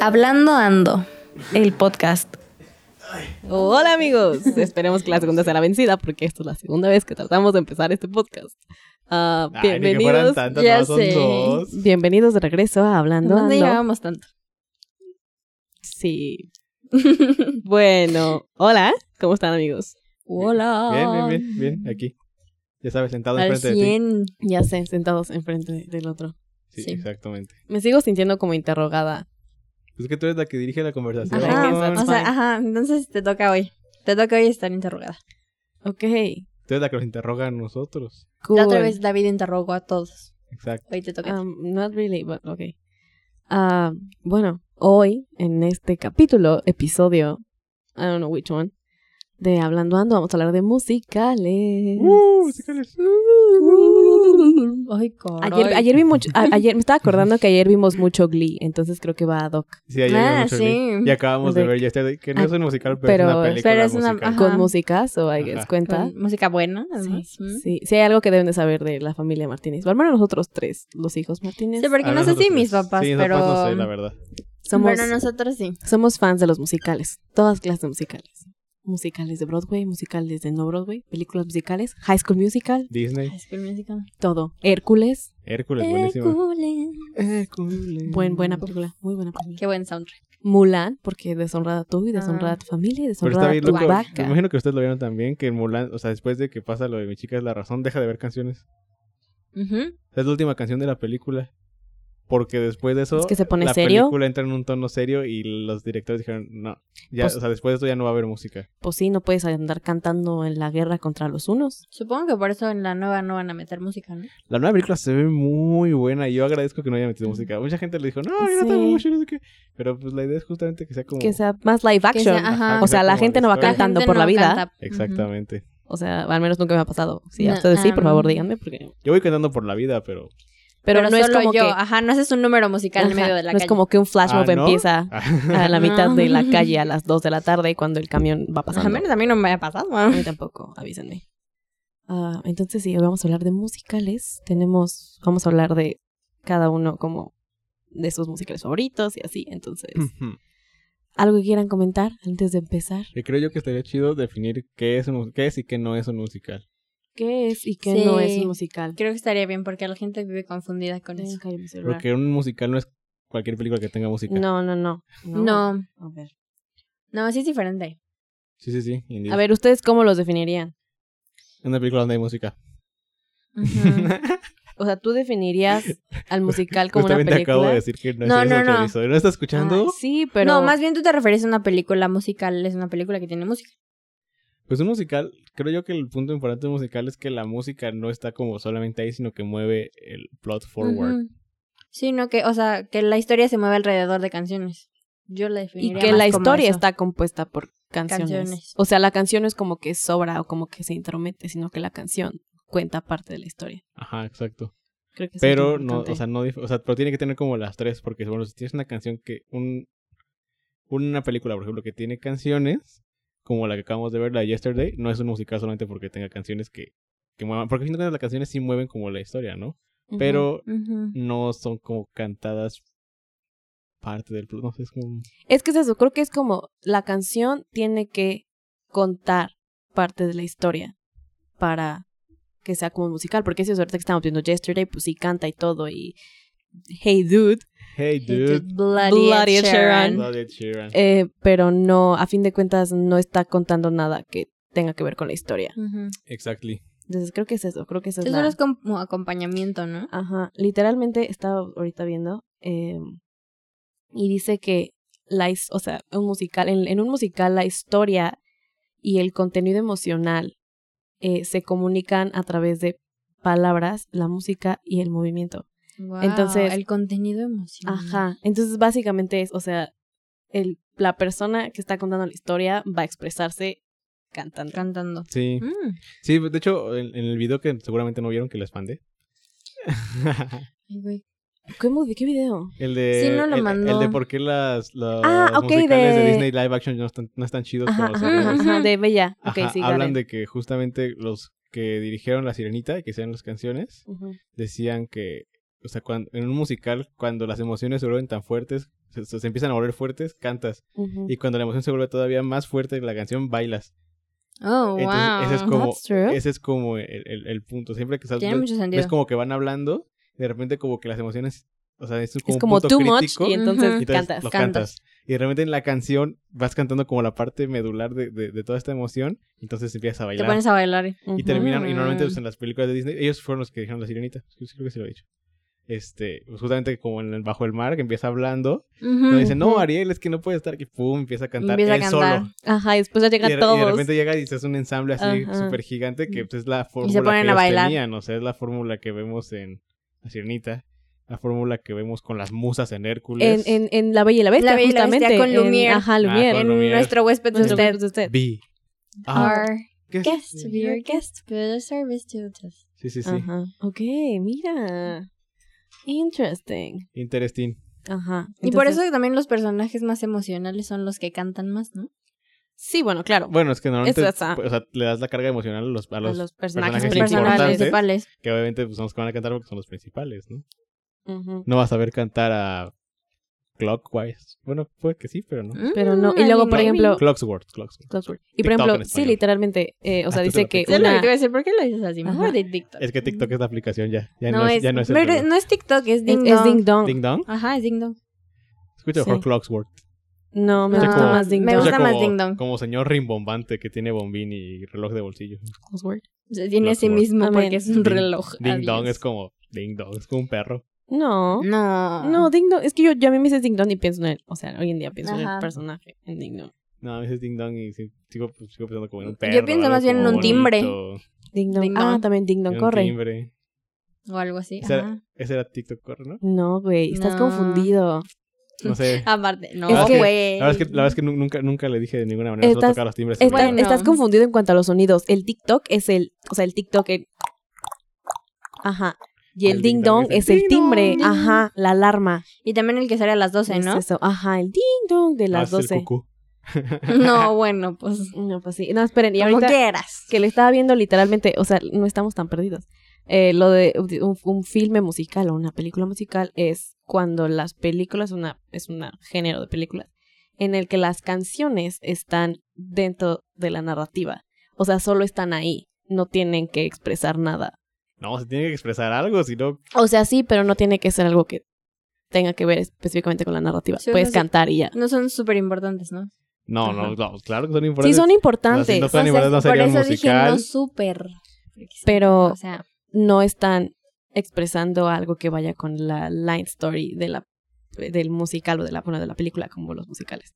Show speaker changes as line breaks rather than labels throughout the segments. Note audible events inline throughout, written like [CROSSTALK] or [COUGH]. Hablando Ando, el podcast.
Hola amigos, esperemos que la segunda sea la vencida porque esta es la segunda vez que tratamos de empezar este podcast. Ah,
Ay, ni que fueran
bienvenidos,
tantas,
ya
no, son
sé.
dos.
bienvenidos de regreso a Hablando.
¿Dónde
Ando.
llegábamos tanto? [LAUGHS]
Sí. bueno, hola, ¿cómo están amigos?
Hola.
Bien, bien, bien, bien, aquí. Ya sabes, sentado
Al
enfrente de ti.
100.
Ya sé, sentados enfrente de- del otro.
Sí,
Sí.
exactamente.
Me sigo sintiendo como interrogada.
Es que tú eres la que dirige la conversación.
Ajá,
Ajá, o sea,
fine.
ajá, entonces te toca hoy. Te toca hoy estar interrogada.
Ok,
Tú eres la que nos interroga a nosotros.
cool.
La otra vez David interrogó a todos.
Exacto.
Hoy te toca. a ti.
Um, not really, but okay. Ah, bueno, hoy en este capítulo, episodio, I don't know which one, de Hablando Ando, vamos a hablar de musicales.
Mm.
Uh, sí, Carlos.
Ah. Ay, caray.
Ayer, ayer vi mucho, a- ayer me estaba acordando que ayer vimos mucho Glee, entonces creo que va a Doc
Sí, ayer
Ah,
vimos el
sí. Ah,
link. Y acabamos de
De-
ver ya está, que no es un musical, pero,
pero-
es una película
pero es una-
musical.
ajá.
con músicas o I guess,
Ajá.
cuenta.
Con música buena, además.
Sí,
Mm. Sí,
sí, sí hay algo que deben de saber de la familia Martínez, o al menos nosotros tres, los hijos Martínez,
porque
A
no sé
nosotros
si mis
tres.
papás,
Sí, mis
pero.
no sé, la verdad.
somos,
Pero nosotros sí.
somos fans de los musicales, todas clases de musicales, musicales de Broadway, musicales de no Broadway, películas musicales, High School Musical,
Disney,
High School Musical.
todo, Hércules,
Hércules, buenísimo.
Hércules.
Hércules.
Mm.
buen, buena película, muy buena película,
Qué buen soundtrack.
Mulan, porque deshonrada tú y
Ah.
deshonrada tu familia y
Pero está
deshonrada
bien
tu
loco.
vaca.
Me imagino que ustedes lo vieron también, que en Mulan, o sea, después de que pasa lo de mi chica es la razón, deja de ver canciones.
Ujú.
O sea, es la última canción de la película. Porque después de eso,
Es que se pone
la
serio.
película entra en un tono serio y los directores dijeron, no, ya,
Pues-
o sea, después de esto ya no va a haber música.
pues sí, no puedes andar cantando en la guerra contra los unos.
Supongo que por eso en la nueva no van a meter música, ¿no?
La nueva película se ve muy buena y yo agradezco que no haya metido música. Mucha gente le dijo, no, no está
Mm. Sí.
mucho, no sé qué. Pero pues la idea es justamente que sea como...
Que sea más live
Que
action.
sea- ajá.
O sea, la
como
gente no va a
historia.
cantar. cantando
gente
por la vida.
canta.
Exactamente.
O sea, al menos nunca me ha pasado. Si a
No,
ustedes sí, por
ah,
favor,
no.
díganme. Porque... Pero,
Yo voy cantando por la vida, pero...
Pero,
no
no
es
solo
como
yo.
que...
Ajá, no haces un número musical en
Ajá,
medio de la
no
calle.
es como que un flash
Ah,
mob
¿no? [LAUGHS]
empieza a la mitad de la calle a las 2 de la tarde cuando el camión va
A
pasando.
menos a mí no me ha pasado.
A mí tampoco, avísenme. Ah, entonces sí, hoy vamos a hablar de musicales. Tenemos, vamos a hablar de cada uno como de sus musicales favoritos y así. Entonces,
Hmm.
¿algo que quieran comentar antes de empezar?
[LAUGHS] y creo yo que estaría chido definir qué es, un, qué es y qué no es un musical.
¿Qué es y qué
Sí.
no es un musical?
[LAUGHS] Creo que estaría bien porque la gente vive confundida con
Tengo
eso.
que abrir mi celular.
Porque un musical no es cualquier película que tenga música.
No, no, no,
No,
A ver.
no, sí es diferente.
Sí, sí, sí. indie.
A ver, ¿ustedes cómo los definirían?
Una película donde hay música.
[LAUGHS]
Mm.
Ujú.
O sea, ¿tú definirías al musical como una
Justamente
película?
acabo de decir que no es
No,
eso
no,
que
no.
hizo. ¿No estás escuchando?
Ah, sí, pero...
No, más bien tú te refieres a una película musical. Es una película que tiene música.
Pues un musical, creo yo que el punto importante de un musical es que la música no está como solamente ahí, sino que mueve el plot forward.
Ujú. Sí, no, que, o sea, que la historia se mueve alrededor de canciones. Yo la
Y
definiría.
que
más
la
como
historia
eso.
está compuesta por canciones.
Canciones.
O sea, la canción no es como que sobra o como que se intromete, sino que la canción cuenta parte de la historia.
Ajá, exacto.
Creo que eso es
Pero
lo
no, o
importante.
sea, no, dif- o sea, pero tiene que tener como las tres, porque bueno, si tienes una canción que un una película, por ejemplo, que tiene canciones, como la que acabamos de ver, la de Yesterday, no es un musical solamente porque tenga canciones que, que muevan, porque al fin de cuentas las canciones sí mueven como la historia, ¿no?
Ujú.
Pero
Ujú.
no son como cantadas parte del plot, no sé, es como...
Es que es eso, creo que es como la canción tiene que contar parte de la historia para que sea como un musical, porque si es ahorita que estamos viendo Yesterday, pues sí canta y todo y Hey Dude,
Hey,
Hated
dude.
Bloody,
Bloody
Ed
Ed
Sheeran.
Sheeran.
Love it, Sheeran.
eh, pero no, a fin de cuentas no está contando nada que tenga que ver con la historia.
Ujú.
Exactly.
Entonces creo que es eso, creo que eso es
Eso
la-
no es como acompañamiento, ¿no?
Ajá, literalmente estaba ahorita viendo eh, y dice que la, his- o sea, un musical, en, en un musical la historia y el contenido emocional eh, se comunican a través de palabras, la música y el movimiento.
Wow,
Entonces-
el contenido
Mm.
emocional.
Ajá, entonces básicamente es, o sea, el, la persona que está contando la historia va a expresarse cantando.
Cantando.
Sí.
Mm.
Sí, de hecho, en, en el video que seguramente no vieron que les mandé.
Ay, güey.
¿Qué, movi- qué video?
[LAUGHS] el de.
Sí, no lo
el-
mandó.
El, de por qué las, los
Ah, ok,
musicales de...
de-
Disney Live Action no están, no están chidos
Ajá,
como los
ajá,
originales.
ajá, de Bella. Ok,
Ajá,
sí, got
Hablan
it.
de que justamente los que dirigieron La Sirenita, que sean las canciones,
Ujú.
decían que. O sea, cuando, en un musical, cuando las emociones se vuelven tan fuertes, se, se- se empiezan a volver fuertes, cantas.
Ujú.
Y cuando la emoción se vuelve todavía más fuerte la canción, bailas.
Oh, wow.
Entonces, ese es como,
That's true.
ese es como el, el- el punto. Siempre que estás,
¿Eh? Tiene
ves,
mucho sentido.
ves como que van hablando, de repente como que las emociones, o sea, es como,
Es
un
como
punto
too
crítico,
much y entonces
Ujú.
y entonces
cantas.
lo
cantas.
cantas. Y realmente en la canción vas cantando como la parte medular de, de- de toda esta emoción, entonces empiezas a
Te
bailar.
pones a bailar.
Ujú.
Y terminan, y
Ujú.
normalmente pues, en las películas de Disney, ellos fueron los que dijeron la sirenita, sí, sí, creo que se lo he dicho. Este, pues, justamente como en el bajo el mar, que empieza hablando,
Ujú.
le dicen, no,
Ujú.
Ariel, es que no puede estar, que pum, empieza a cantar
Empieza a
él
cantar.
solo.
Ajá, y después ya
Y de,
llegan
y de
todos.
repente llega y se hace un ensamble así
Ajá.
súper gigante, que pues, es la fórmula
ponen
que
a
ellos
bailar.
tenían, o sea, es la fórmula que vemos en la sirenita, la fórmula que vemos con las musas en
en,
Hércules.
en, en La Bella y la Bestia,
La Bella y la Bestia
justamente.
con
en-
Lumière.
ajá,
Ah,
Lumière.
con
En
Lumière.
nuestro huésped de
Nuestro
usted.
de usted.
B. Ah,
Our
¿qué es?
guest, to be your guest, but a service to us.
Sí, sí, sí.
Ajá. Ok, mira. Interesting.
Interesting.
Ajá.
Y por
Entonces-
eso también los personajes más emocionales son los que cantan más, ¿no?
Sí, bueno, claro.
Bueno, es que normalmente
Eso está.
pues, o sea, le das la carga emocional a los, a
a
los
los, personajes,
personajes
personajes
principales.
importantes.
principales.
que obviamente pues, son los que van a cantar porque son los principales, ¿no?
Ujú.
No vas a ver cantar a Clockwise. Bueno, puede que sí, pero no.
Mm.
Pero no, y luego, por
Maybe.
ejemplo,
Clocksworth, Clocksworth.
Clockwork. Y por
TikTok en
ejemplo, sí,
español.
literalmente, eh, o sea,
Ah, tú
dice
te lo
que
Eso es lo que
una...
te iba a decir, ¿por qué lo dices así? Mejor
Ajá.
de TikTok.
Es que TikTok es la aplicación ya. Ya no,
no,
es, ya no es el
pero
reloj.
no es TikTok, es
Es,
Ding
es
Dong.
Ding Dong.
Ding Dong.
Ajá, es Ding Dong.
Escucha mejor
Sí.
Clocksworth.
No, me
Escucha
gusta
como-
más Ding
me
Dong.
gusta
Escucha
más
como-
Ding Dong.
Como señor rimbombante que tiene bombín y reloj de bolsillo.
Clockwork.
Se Tiene a sí
Clockwork.
mismo
Amén.
porque es [LAUGHS] un
Ding-
reloj.
Ding
Adiós.
Dong es como. Ding Dong, es como un perro.
No.
No.
No, Ding Dong. Es que yo, yo a mí me dices Ding Dong y pienso en él. O sea, hoy en día pienso en
Ajá.
el personaje, en Ding Dong.
No, a veces Ding Dong y sí- sigo, pues, sigo pensando como en un
Yo
perro.
pienso
algo
más bien en
como
un timbre.
bonito,
Ding Dong.
Ding
Ah,
Dong.
también Ding
en
Dong
un
corre.
timbre.
O algo así.
Ese era,
Ajá.
ese era TikTok Corre, ¿no?
No, güey, estás
No.
confundido.
Mm.
No sé.
[LAUGHS] Aparte, no,
Es que-
güey.
La verdad es que, la verdad es que nu- nunca, nunca le dije de ninguna manera, solo
Estás-
tocaba los timbres.
Está-
Bueno.
Estás confundido en cuanto a los sonidos. El TikTok es el, o sea, el TikTok en- Ajá. Y el, ding dong es el
ding
timbre,
dong.
ajá, la alarma.
Y también el que sale a las 12,
Es
¿no?
eso, ajá, el ding dong de las
Ah, es el
12.
cucú.
[LAUGHS] No, bueno, pues.
No, pues sí. No, esperen, y
como
ahorita
quieras.
que le estaba viendo literalmente, o sea, no estamos tan perdidos. Eh, lo de un, un filme musical o una película musical es cuando las películas, una, es un género de películas, en el que las canciones están dentro de la narrativa. O sea, solo están ahí, no tienen que expresar nada.
No, se tiene que expresar algo, si no.
O sea, sí, pero no tiene que ser algo que tenga que ver específicamente con la narrativa.
Sí, o
Puedes
sea, sí.
cantar y ya.
No son súper importantes, ¿no?
No, no, no, claro que son
Sí,
importantes.
son
o sea, si
importantes,
no Tan igual no
por
sería
eso
un
dije
musical.
no súper. porque sí,
pero
O sea,
no están expresando algo que vaya con la line story de la del musical o de la bueno, de la película como los musicales.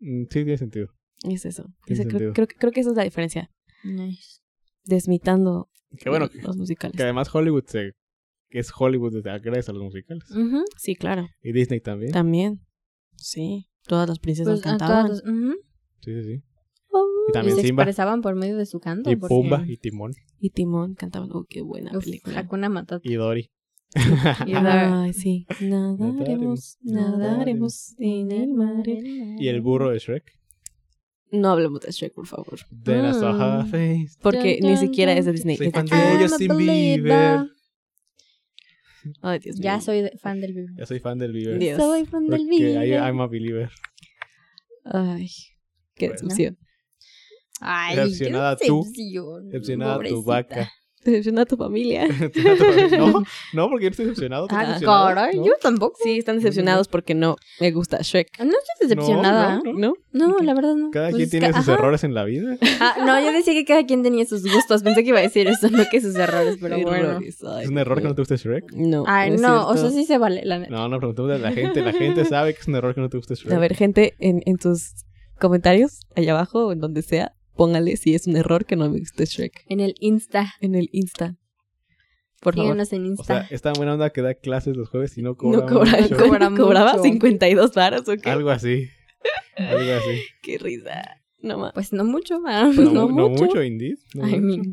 Mm, Sí, tiene sentido.
Es eso. Esa-
Tiene sentido.
creo, creo que- creo que esa es la diferencia.
nice.
Desmitando
Que bueno, que,
los musicales.
que además Hollywood se, que es Hollywood desde gracias a los musicales.
Ujú,
Sí, claro.
Y Disney también.
También. Sí. Todas las princesas
Pues a
cantaban.
todas. ujú.
Sí, sí, sí.
Oh,
Y también
y se
Simba.
expresaban por medio de su canto.
Y
porque-
Pumba y Timón.
y Timón cantaban. Oh, qué buena
Uf,
película.
Hakuna Matata.
Y Dory.
Y da-
Ay, sí. Nadaremos,
Nadaremos,
nadaremos en el mar.
y
Eh.
el burro de Shrek.
No hablemos de Shrek, por favor.
De la
Mm.
soja face.
Porque
Dun,
ni
dun,
siquiera
dun.
es de Disney.
Soy
es de
fan
Disney.
de
I'm a
Justin
believer.
Bieber.
Ay, Dios mío.
Ya soy de- fan del Bieber.
Ya soy fan del Bieber.
Dios.
Soy fan del
Porque I-
Bieber.
I'm a believer.
Ay, qué
Bueno.
decepción.
Ay,
Decepcionada
qué
tú.
decepción,
Decepcionada tu
pobrecita.
vaca. [LAUGHS]
Decepciona a tu familia.
no, no, porque yo estoy decepcionado. ¿tú
Ah,
estás decepcionado?
caray,
¿No?
yo tampoco.
[LAUGHS] Sí, están decepcionados porque no me gusta Shrek,
No estoy decepcionada.
No,
Ah, ¿no?
no.
No, la verdad no.
Cada
Pues
quien
es
tiene
que-
sus
ajá.
errores en
[LAUGHS]
la vida.
Ah, no, yo decía que cada quien tenía sus gustos. Pensé que iba a decir eso, no que sus errores, pero bueno.
Errores, ay,
¿Es un error que no
Dios
te guste Shrek?
mío. No.
Ay,
es
no, o sea,
cierto.
sí se vale, la neta.
No, no preguntemos a la gente.
[LAUGHS]
La gente sabe que es un error que no te guste Shrek.
A ver, gente, en, en tus comentarios, allá abajo, en donde sea, póngale si es un error que no me guste Shrek
En el Insta.
en el Insta. Por favor.
Síganos en
O sea,
Insta.
esta buena onda que da clases los jueves y no cobra.
No cobra,
mucho.
co-
Cobra
[LAUGHS] cobraba
mucho.
52 varas o qué?
Algo así. Algo así.
Qué risa. No más.
[LAUGHS] Pues no mucho, ah, [LAUGHS]
No,
no
mu- no
mucho.
mucho, Indeed. No
Ay,
mucho.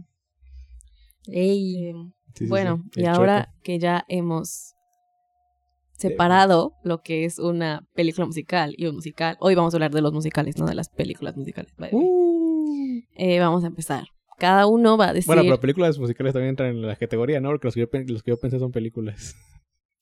mi. Ey.
Sí, sí,
bueno,
sí.
y
El
ahora que ya hemos separado lo que es una película musical y un musical, hoy vamos a hablar de los musicales, no de las películas musicales. by the
chueco.
way.
[LAUGHS]
Uh.
Eh, vamos a empezar. Cada uno va a decir
Bueno, pero películas musicales también entran en la categoría, ¿no? Porque los que yo, pen- los que yo pensé son películas.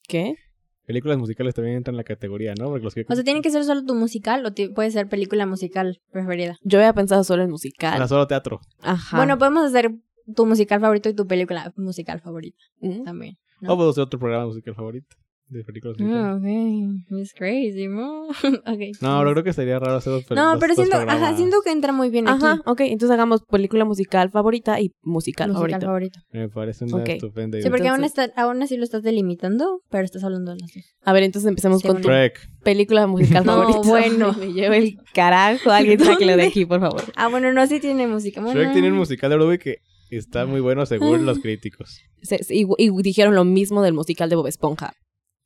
qué.
[LAUGHS] películas musicales también entran en la categoría, ¿no? Porque los que...
O sea, ¿tiene que ser solo tu musical o ti- puede ser película musical preferida?
Yo había pensado solo en
O
musical.
sea, Ah, solo teatro.
Ajá.
Bueno, podemos hacer tu musical favorito y tu película musical favorita
Mm.
también.
O puedo hacer otro programa musical favorito de películas musicales.
Ah, ok. It's crazy, ¿no? [LAUGHS] ok.
No, pues, pero creo que sería raro hacer dos pe-
No,
dos-
pero
dos
siento, ajá,
programas.
siento que entra muy bien
Ajá,
aquí.
ok. Entonces hagamos película musical favorita y musical,
Musical favorito.
favorito.
Me parece una
Ok.
estupenda
Sí,
idea.
porque aún,
Entonces-
está, aún así lo estás delimitando, pero estás hablando de las dos.
A ver, entonces empecemos
Sí,
con tu
bueno.
Shrek.
película
[LAUGHS]
musical
No,
favorita.
bueno.
Ah, Me lleva el [LAUGHS] carajo. Alguien sáquelo de aquí, por favor.
[LAUGHS] Ah, bueno, no, sí tiene música. Bueno, Ah,
Shrek tiene un musical de Broadway que está muy bueno
[LAUGHS]
según los críticos.
Se- se- y, y dijeron lo mismo del musical de Bob Esponja.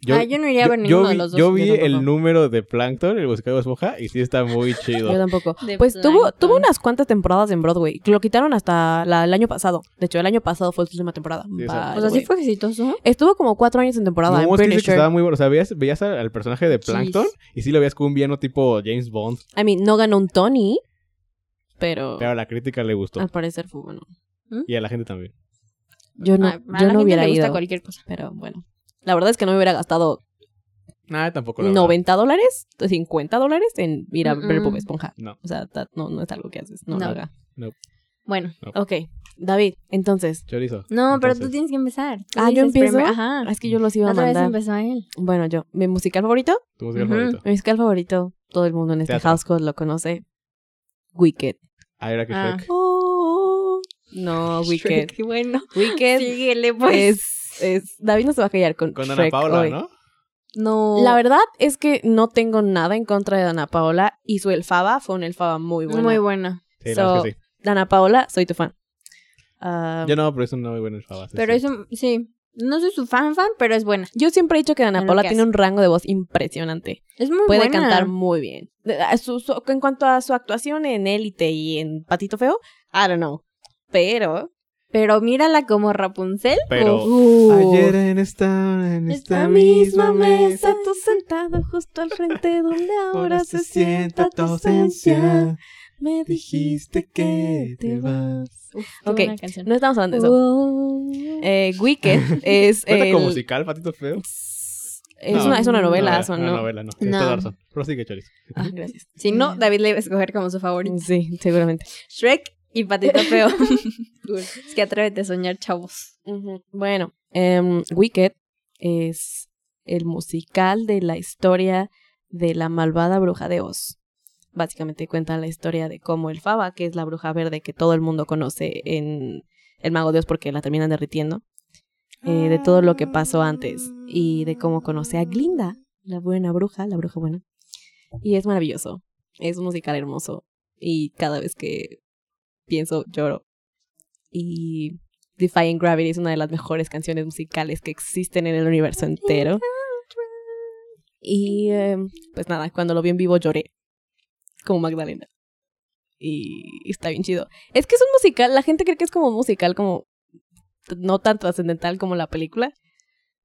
Ah, yo no iría a ver
yo
ninguno de
vi-
los dos.
yo
yo
vi
tampoco.
el número de Plankton, el musical de Esponja, y sí
[LAUGHS]
está muy
Yo
chido.
tampoco.
De
Pues tuvo,
Plankton.
tuvo unas cuantas temporadas en Broadway. Lo quitaron hasta la- el año pasado. De hecho, el año pasado fue su última temporada.
Sí, exacto.
O sea,
By the
sí
way.
fue exitoso.
Estuvo como cuatro años en temporada. I'm
No, es que
pretty
dice que
sure.
estaba muy bueno. O sea, veías, veías al, al personaje de Plankton y sí lo veías como un villano tipo James Bond,
I mean, no ganó un Tony, pero
pero a la crítica le gustó.
al parecer fue bueno.
Y a la gente también.
Yo no,
Ah, a
yo
la
no
gente
hubiera
le gusta
ido,
cualquier cosa.
pero bueno. La verdad es que no me hubiera gastado
Nada, tampoco la verdad.
90 dólares, 50 dólares en ir a ver
Mm-mm.
Bob Esponja.
No.
O sea, that- no, no es algo que haces. No,
No.
lo haga.
Bueno.
Ok, David, entonces.
Chorizo.
No, pero tú
Entonces,
tienes que empezar. Tú
Ah, ¿yo
dices
empiezo?
primero- Ajá.
Es que yo los iba a
La otra vez
mandar.
empezó él.
Bueno, yo. ¿Mi musical favorito?
Tu musical
Ujú.
favorito.
Mi musical favorito, todo el mundo en este
Teatro.
household lo conoce. Wicked.
Ah, era que
Ah.
Shrek.
No,
Oh.
Wicked.
Shrek, bueno.
Wicked
Síguele, pues.
es, es- David no se va a callar con,
Con Ana
Shrek
Paula,
hoy.
¿no?
No.
La verdad es que no tengo nada en contra de Ana Paola y su elfaba fue una elfaba muy buena.
Muy buena.
Sí, la verdad es que sí.
Ana Paola, soy tu fan. Ah, yo,
Yo no, pero es una muy buena fava. sí,
Pero
sí.
eso, sí. No soy su fan fan, pero es buena.
siempre he dicho que
En
Ana
lo
Paola
que
tiene
hace.
un rango de voz impresionante.
Es muy
Puede
buena.
cantar muy bien. De- a su- su- en cuanto a su actuación en Élite y en Patito Feo, I don't know. Pero...
Pero mírala como Rapunzel.
Pero-
Uf.
Ayer en esta, en este
Esta
esta Uh, misma mesa.
tú sentado justo al frente donde
[LAUGHS] Ahora se sienta tu ausencia.
Me
Dijiste que te vas.
Uf, qué
Ok,
buena canción.
no estamos hablando de eso.
Oh.
Eh, Wicked
[LAUGHS]
es
¿Cuenta como
el-
musical, Patito Feo?
Es,
No,
una, es una
no,
novela,
no,
¿o
Una
no?
novela, no.
No.
Tienes toda la razón. Prosigue, Choris.
Ah, gracias.
si no, David le iba a escoger como su favorito.
Sí, seguramente.
Shrek y Patito Feo. [LAUGHS] es que atrévete a soñar, chavos.
Bueno, em, Wicked es el musical de la historia de la malvada bruja de Oz. Básicamente cuenta la historia de cómo el Faba, que es la bruja verde que todo el mundo conoce en El Mago de Oz porque la terminan derritiendo, eh, de todo lo que pasó antes y de cómo conoce a Glinda, la buena bruja, la bruja buena. Y es maravilloso. Es un musical hermoso. Y cada vez que pienso, lloro. Y Defying Gravity es una de las mejores canciones musicales que existen en el universo entero. Y eh, pues nada, cuando lo vi en vivo lloré. Como Magdalena. Y está bien chido. Es que es un musical, la gente cree que es como un musical, como no tan trascendental como la película.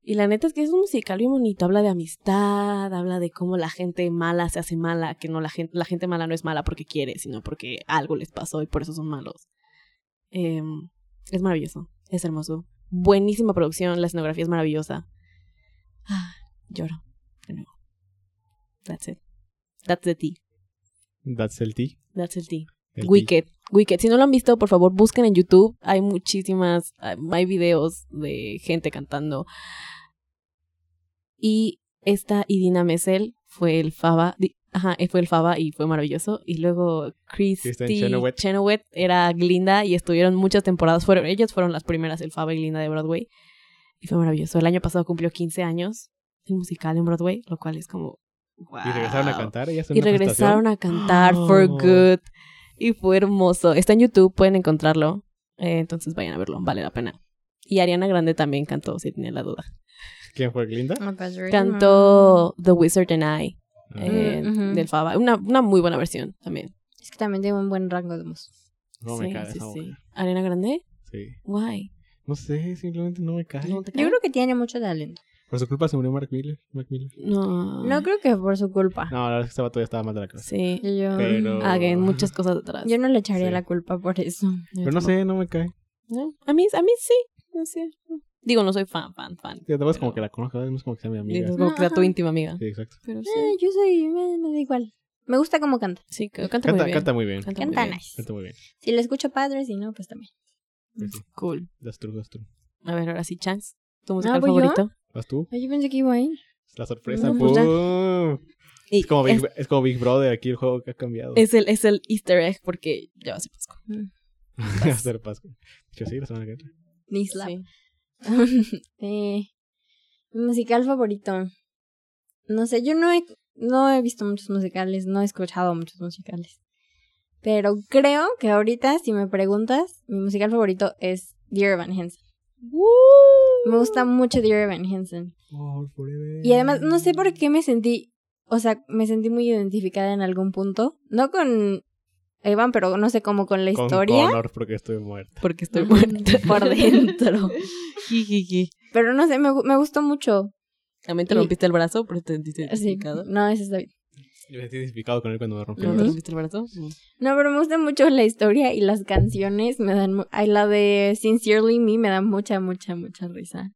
Y la neta es que es un musical bien bonito, habla de amistad, habla de cómo la gente mala se hace mala, que no la gente, la gente mala no es mala porque quiere, sino porque algo les pasó y por eso son malos. Em, es maravilloso, es hermoso. Buenísima producción, la escenografía es maravillosa. Ah, lloro. de nuevo. That's it. That's the tea.
That's el T.
That's the tea.
el T.
Wicked. Wicked. Si no lo han visto, por favor, busquen en YouTube. Hay muchísimas, hay hay videos de gente cantando. Y esta Idina Menzel fue el Faba. di- Ajá, eh, fue el Faba y fue maravilloso. Y luego Christy
Kristen Chenoweth.
Chenoweth era Glinda y estuvieron muchas temporadas. Fueron, ellas fueron las primeras, el Faba y Glinda de Broadway. Y fue maravilloso. El año pasado cumplió 15 años el musical en Broadway, lo cual es como...
Y regresaron a
wow
cantar. ellas en
y
una
regresaron a cantar
[GASPS]
for
Oh.
good y fue hermoso. Está en YouTube, pueden encontrarlo. Eh, entonces vayan a verlo, vale la pena. Y Ariana Grande también cantó, si tienen la duda.
presentación. ¿Quién fue Glinda?
pues,
Cantó The Wizard and I
Ah.
eh,
Mm, ujú.
del Faba. Una, una muy buena versión también.
Es que también tiene un buen rango de voz.
No me cae esa mujer.
Ariana Grande,
Sí.
why?
No sé, simplemente no me cae.
¿No te
Yo
cae?
creo que tiene mucho talento.
Por su culpa se murió Mark Miller. Mark Miller.
No.
No creo que por su culpa.
No, la verdad es que estaba todavía estaba mal de la cabeza.
Sí.
Yo, "Mm,
Pero-
Again, muchas cosas detrás.
yo no le echaría
Sí.
la culpa por eso.
Pero no sé, no me cae.
No, A mí, a mí sí. No sé. Digo, no soy fan, fan, fan.
Sí, además como
pero-
que la conozco, además como que sea mi
Y
amiga.
es como
No,
que era tu
ajá.
íntima amiga.
Sí, exacto.
Pero
Eh,
sí,
yo soy, me, me da igual. Me gusta cómo canta.
sí, que- canta, muy
Canta,
bien.
canta muy bien.
Canta muy
Canta
bien.
nice.
Canta muy bien.
Si la escucho padre, si no, pues también.
Sí, sí.
Mm, Cool.
That's true, that's true.
A ver, ahora sí, Chance. ¿Tu musical
Ah, ¿voy yo?
favorito?
¿Vas tú?
Ay, yo pensé que iba a ir.
La sorpresa.
No, pues ya.
¡pum!
Mm, Y
Es, como Big,
es,
es como Big Brother, aquí el juego que ha cambiado. [LAUGHS]
es el, es el easter egg porque ya va a ser Pascua.
Mm,
Hacer Pascua. Yo sí, la semana que entra.
Ni slap.
Sí.
[LAUGHS] Eh, mi musical favorito. No sé, yo no he, no he visto muchos musicales, no he escuchado muchos musicales. Pero creo que ahorita, si me preguntas, mi musical favorito es Dear Evan Hansen. Me gusta mucho Dear Evan Hansen. Y además, no sé por qué me sentí, o sea, me sentí muy identificada en algún punto. No con Evan, pero no sé, como con la
Con
historia.
Connor, porque estoy muerta.
Porque estoy muerta.
mm, [LAUGHS] por dentro.
[LAUGHS] Jijiji.
Pero no sé, me, gu- me gustó mucho.
También te
Y- Eh,
rompiste el brazo, pero te sentiste
Sí,
identificado.
no, ese es David.
Yo me sentí identificado con él cuando me rompí
¿No
el
te
brazo.
rompiste el brazo? Mm.
No, pero me gusta mucho la historia y las canciones me dan... mu- Ay, la de Sincerely Me me da mucha, mucha, mucha risa.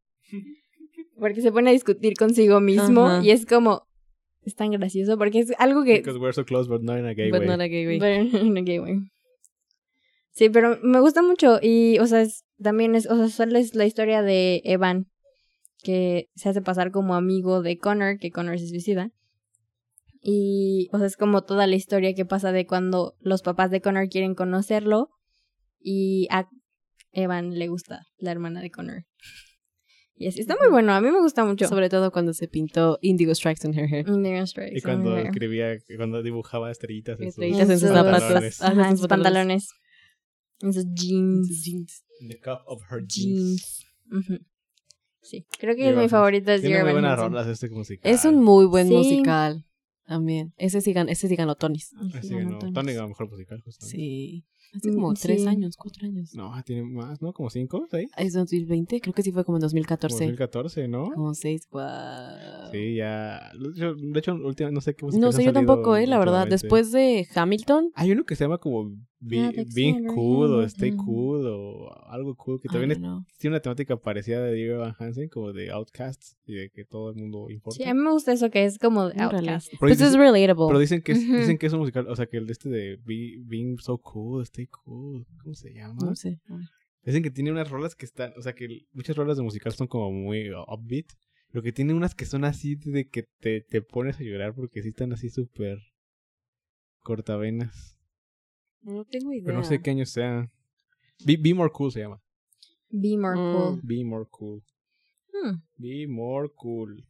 Porque se pone a discutir consigo mismo
Ajá.
y es como... Es tan gracioso porque es algo que...
Because we're so close, but not in a gay
But
way.
not a gay way.
Pero- [LAUGHS] no, qué güey. Sí, pero me gusta mucho y, o sea, es- también es... O sea, solo es la historia de Evan que se hace pasar como amigo de Connor, que Connor se suicida. Y, o sea, es como toda la historia que pasa de cuando los papás de Connor quieren conocerlo y a Evan le gusta la hermana de Connor. Y así, está muy bueno, a mí me gusta mucho.
Sobre todo cuando se pintó Indigo Strikes on Her Hair.
Indian
Y
Strikes,
cuando
Indian Strikes.
escribía, cuando dibujaba estrellitas en sus,
Estrellitas en sus zapatos.
pantalones.
Ah,
Ajá,
en
en
sus
sus
pantalones.
pantalones. En sus jeans.
In The cup of her jeans.
Jeans. Ujú. Sí, creo que
Dear
es mi
Evan
favorito es
Tiene
Dear
muy
Evan
buenas
Hansen.
rolas este musical.
Pues Es un muy buen
Sí.
musical. También. Ese sigan, ese sigan Otonis.
Así que no, Tony ganó mejor musical, justamente.
Sí. Hace
Ah. Mm,
como
sí.
tres años, cuatro años.
No, ah, tiene más, ¿no? Como cinco, seis.
¿Es 2020? Creo que sí fue como en 2014.
2014, ¿no?
Como seis, wow.
Sí, ya. Yo, de hecho, última, no sé qué música
No
les ha
sé, yo
salido
tampoco, eh, la verdad.
últimamente.
Después de Hamilton,
Hay uno que se llama como Be-
Ah, Tex
Being
Avery,
Cool o
ajá.
Stay Cool o algo cool que
I don't
también es-
know.
tiene una temática parecida de Diego Van Hansen, como de Outcasts y de que todo el mundo importa.
Sí, a mí me gusta eso que es como de
Órale.
Outcast.
pero,
Pues es
dicen,
relatable.
pero dicen que es,
Ujú.
dicen que es un musical, o sea, que el de este de Be- Being So Cool, Stay Cool, ¿cómo se llama?
No sé.
Dicen que tiene unas rolas que están, o sea, que l- muchas rolas de musical son como muy upbeat, pero que tiene unas que son así de que te, te pones a llorar porque sí están así súper cortavenas.
No tengo idea.
Pero no sé qué año sea. Be, Be More Cool se llama.
Be more
Mm.
cool.
Be More Cool.
Hmm.
Be More Cool.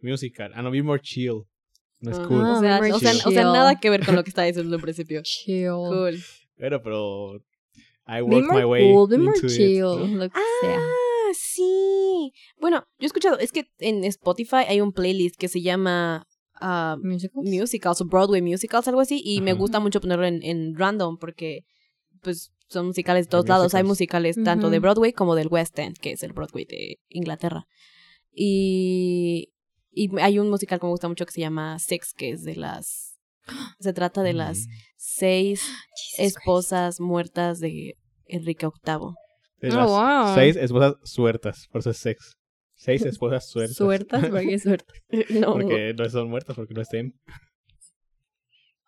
Musical. Ah, no, Be More Chill. No es
Ah,
cool.
Ah,
o, sea,
Memory
o sea- o sea,
Chill.
nada que ver con lo que estaba diciendo al principio.
[LAUGHS] Chill.
Cool.
Pero, pero. I
Be
worked my
more
way.
cool, be more
into it,
chill,
¿no?
lo que sea.
Ah, sí. Bueno, yo he escuchado, es que en Spotify hay un playlist que se llama ah,
Musicals.
musicals o Broadway musicals, algo así, y me
Ajá.
gusta mucho ponerlo en, en random porque pues son musicales de todos
Hay
lados, hay musicales
musicals.
tanto de
Ujú.
Broadway como del West End, que es el Broadway de Inglaterra. Y, y hay un musical que me gusta mucho que se llama Sex, que es de las... Se trata de las seis
Jesus
esposas muertas de Enrique VIII.
De
Oh,
las
wow.
Seis esposas suertas. Por eso es sex.
[LAUGHS]
Seis esposas
Christ.
suertas.
Suertas, porque
[LAUGHS]
suertas.
[LAUGHS] No.
Porque no son muertas, porque no estén.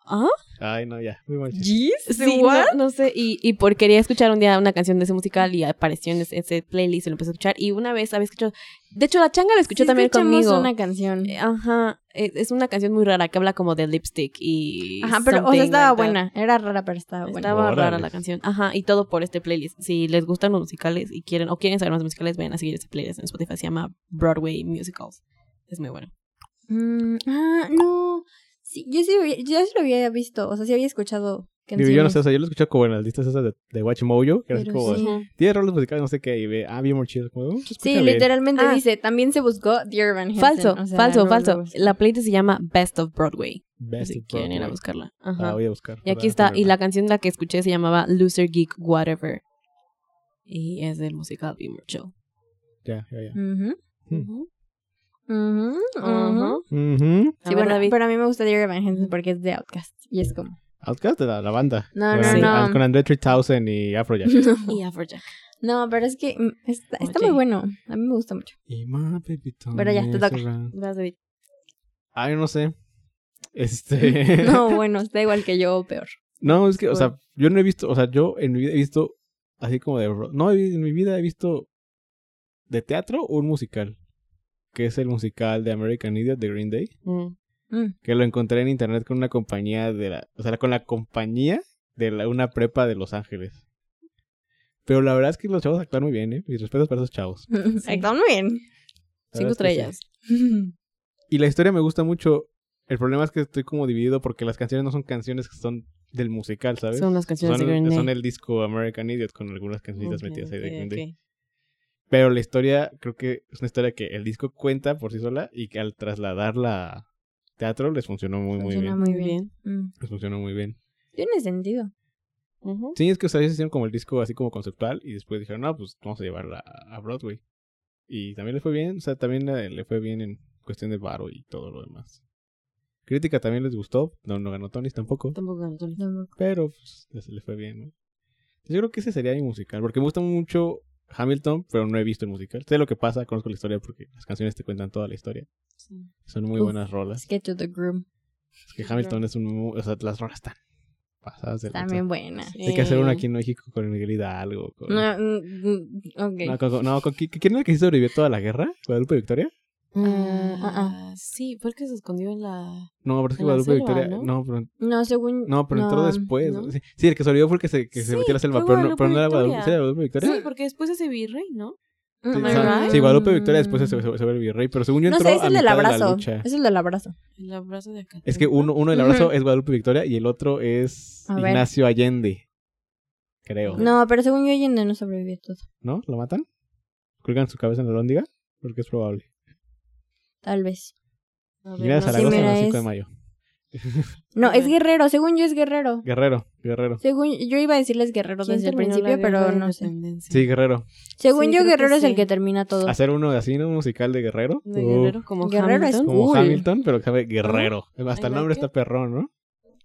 ¿Ah?
Ay, no, ya. Muy mal chiste.
Jeez,
Sí, no, no sé, y, y por quería escuchar un día una canción de ese musical y apareció en ese, ese playlist y lo empecé a escuchar. Y una vez había escuchado, de hecho la changa la escuchó también conmigo.
una canción.
Eh, Ajá, es, es una canción muy rara que habla como de lipstick y...
Ajá, pero o
something
sea, estaba
like that.
buena. Era rara, pero estaba buena.
Estaba rara
Órale.
la canción. Ajá, y todo por este playlist. Si les gustan los musicales y quieren o quieren saber más musicales, vayan a seguir este playlist en Spotify. Se llama Broadway Musicals. Es muy bueno.
Mm, ah, no. Sí, yo sí, hubi- yo sí lo había visto. O sea, sí había escuchado
Digo,
canciones.
yo no sé, o sea, yo lo escuché como en las listas esas de, de Watchmojo, que era así
Pero
como
sí.
Tiene roles musicales, no sé qué, y ve, ah, bien muy chido. Como, "Oh, se
Sí,
escucha bien".
literalmente
Ah.
dice, también se buscó Dear Van Hansen.
Falso,
O sea,
falso,
no,
falso.
no, pues. no.
La playlist se llama Best of Broadway.
Best
si
of
quieren ir a
Broadway.
buscarla.
La
Ajá.
voy a buscar.
Y aquí
para
está. Y
ponerla.
la canción la que escuché se llamaba Loser Geek Whatever. Y es del musical Be More Chill.
Ya, ya, ya.
Ujú,
Hmm.
Ujú.
ujú, ujú.
Ujú.
Ujú.
A
Sí,
ver,
bueno,
David.
pero a mí me gusta Dear Van Hansen porque es de Outcast. Y es como.
Outcast de la, la banda.
No,
con
no,
And-
no.
and- Con André 3000 y Afrojack.
Y Afrojack.
No, pero es que mm, está, está
Oye.
muy bueno. A mí me gusta [LAUGHS] mucho.
Y más, Pepito.
Pero ya,
me
te toca.
cerra-
Vas, David.
Ah, yo no sé. Este.
[LAUGHS] No, bueno, está igual que yo o peor.
[LAUGHS] No, es que, o
Por-
sea, yo no he visto, o sea, yo en mi vida he visto así como de... ro- No, he vi- en mi vida he visto de teatro un musical, que es el musical de American Idiot de Green Day,
Mm.
Mm.
que lo encontré en internet con una compañía de la... O sea, con la compañía de la- una prepa de Los Ángeles. Pero la verdad es que los chavos actúan muy bien, ¿eh? Mis respetos para esos chavos.
Mm. [LAUGHS] Está muy bien.
La
Cinco
verdad es que sí.
estrellas.
Y la historia me gusta mucho. El problema es que estoy como dividido porque las canciones no son canciones que son del musical, ¿sabes?
Son las canciones
son,
de Green Day.
son el disco American Idiot con algunas canciones metidas ahí de
Ok,
Green
ok.
Day. Pero la historia, creo que es una historia que el disco cuenta por sí sola y que al trasladarla a teatro les funcionó [LAUGHS] muy, muy
Funciona
bien.
muy
Muy
bien. Mm.
Les funcionó muy bien.
Tiene sentido.
Ujú.
Sí, es que, o sea, ellos hicieron como el disco así como conceptual y después dijeron, no, pues vamos a llevarla a a Broadway. Y también le fue bien, o sea, también eh, le fue bien en cuestión de varo y todo lo demás. Crítica también les gustó, no, no ganó Tonys tampoco,
Tampoco ganó Tony.
Tampoco.
pero pues les- le fue bien, ¿no? Yo creo que ese sería mi musical, porque me gusta mucho Hamilton, pero no he visto el musical. Sé lo que pasa, conozco la historia porque las canciones te cuentan toda la historia.
Sí.
Son muy
Uf.
buenas rolas.
Sketch of the Groom.
Es que Hamilton es un... mu- O sea, las rolas están pasadas de lanza.
También buena.
Hay que hacer una
Sí.
aquí en México con Miguel Hidalgo. Con...
No, mm, mm,
No,
ok.
con, con- no, con- ¿qui- ¿quién era el que sobrevivió toda la guerra? ¿Guadalupe Victoria?
Ah, ah,
Ah, Sí, fue el que se escondió en la.
No, pero es que
En la
Guadalupe
selva,
Victoria.
¿no?
No, pero,
No, según.
no, pero entró después.
¿no?
Sí, sí, el que sobrevivió fue el que se, que se
Sí,
metió a la selva,
fue
pero no, pero no era
Guadalupe
Guadalupe, ¿sí era Guadalupe Victoria.
Sí, porque después ese virrey, ¿no?
Mm,
Sí,
¿Am
o
I
sea,
right?
sí, Guadalupe Victoria después se, se, se vuelve virrey, pero según yo
No
entró
sé, es
a
el del
mitad de la
abrazo.
lucha.
Es el del abrazo.
El abrazo de acá.
Es que uno, uno del abrazo
Ujú.
es Guadalupe Victoria y el otro es
A ver.
Ignacio Allende. Creo. ¿No?
No, pero según yo, Allende no sobrevivió todo.
¿Lo matan? ¿Colgan su cabeza en la lóndiga? Porque es probable.
Tal vez.
Y a
sé.
Zaragoza
Mira,
el 5 de
es-
mayo.
No, es
Ajá.
guerrero. Según yo, es guerrero.
Guerrero, guerrero.
Según yo iba a decirles guerrero desde el principio, pero no sé.
Sí, guerrero.
Según
Sí,
yo,
creo que
Guerrero es el
sí.
que termina todo.
hacer uno de así, ¿no? Un musical de Guerrero.
De
Uh,
Guerrero, como
Guerrero es-
Hamilton.
Como
Cool.
Hamilton, pero que sabe Guerrero. Hasta el
I
nombre
like
está perrón, ¿no?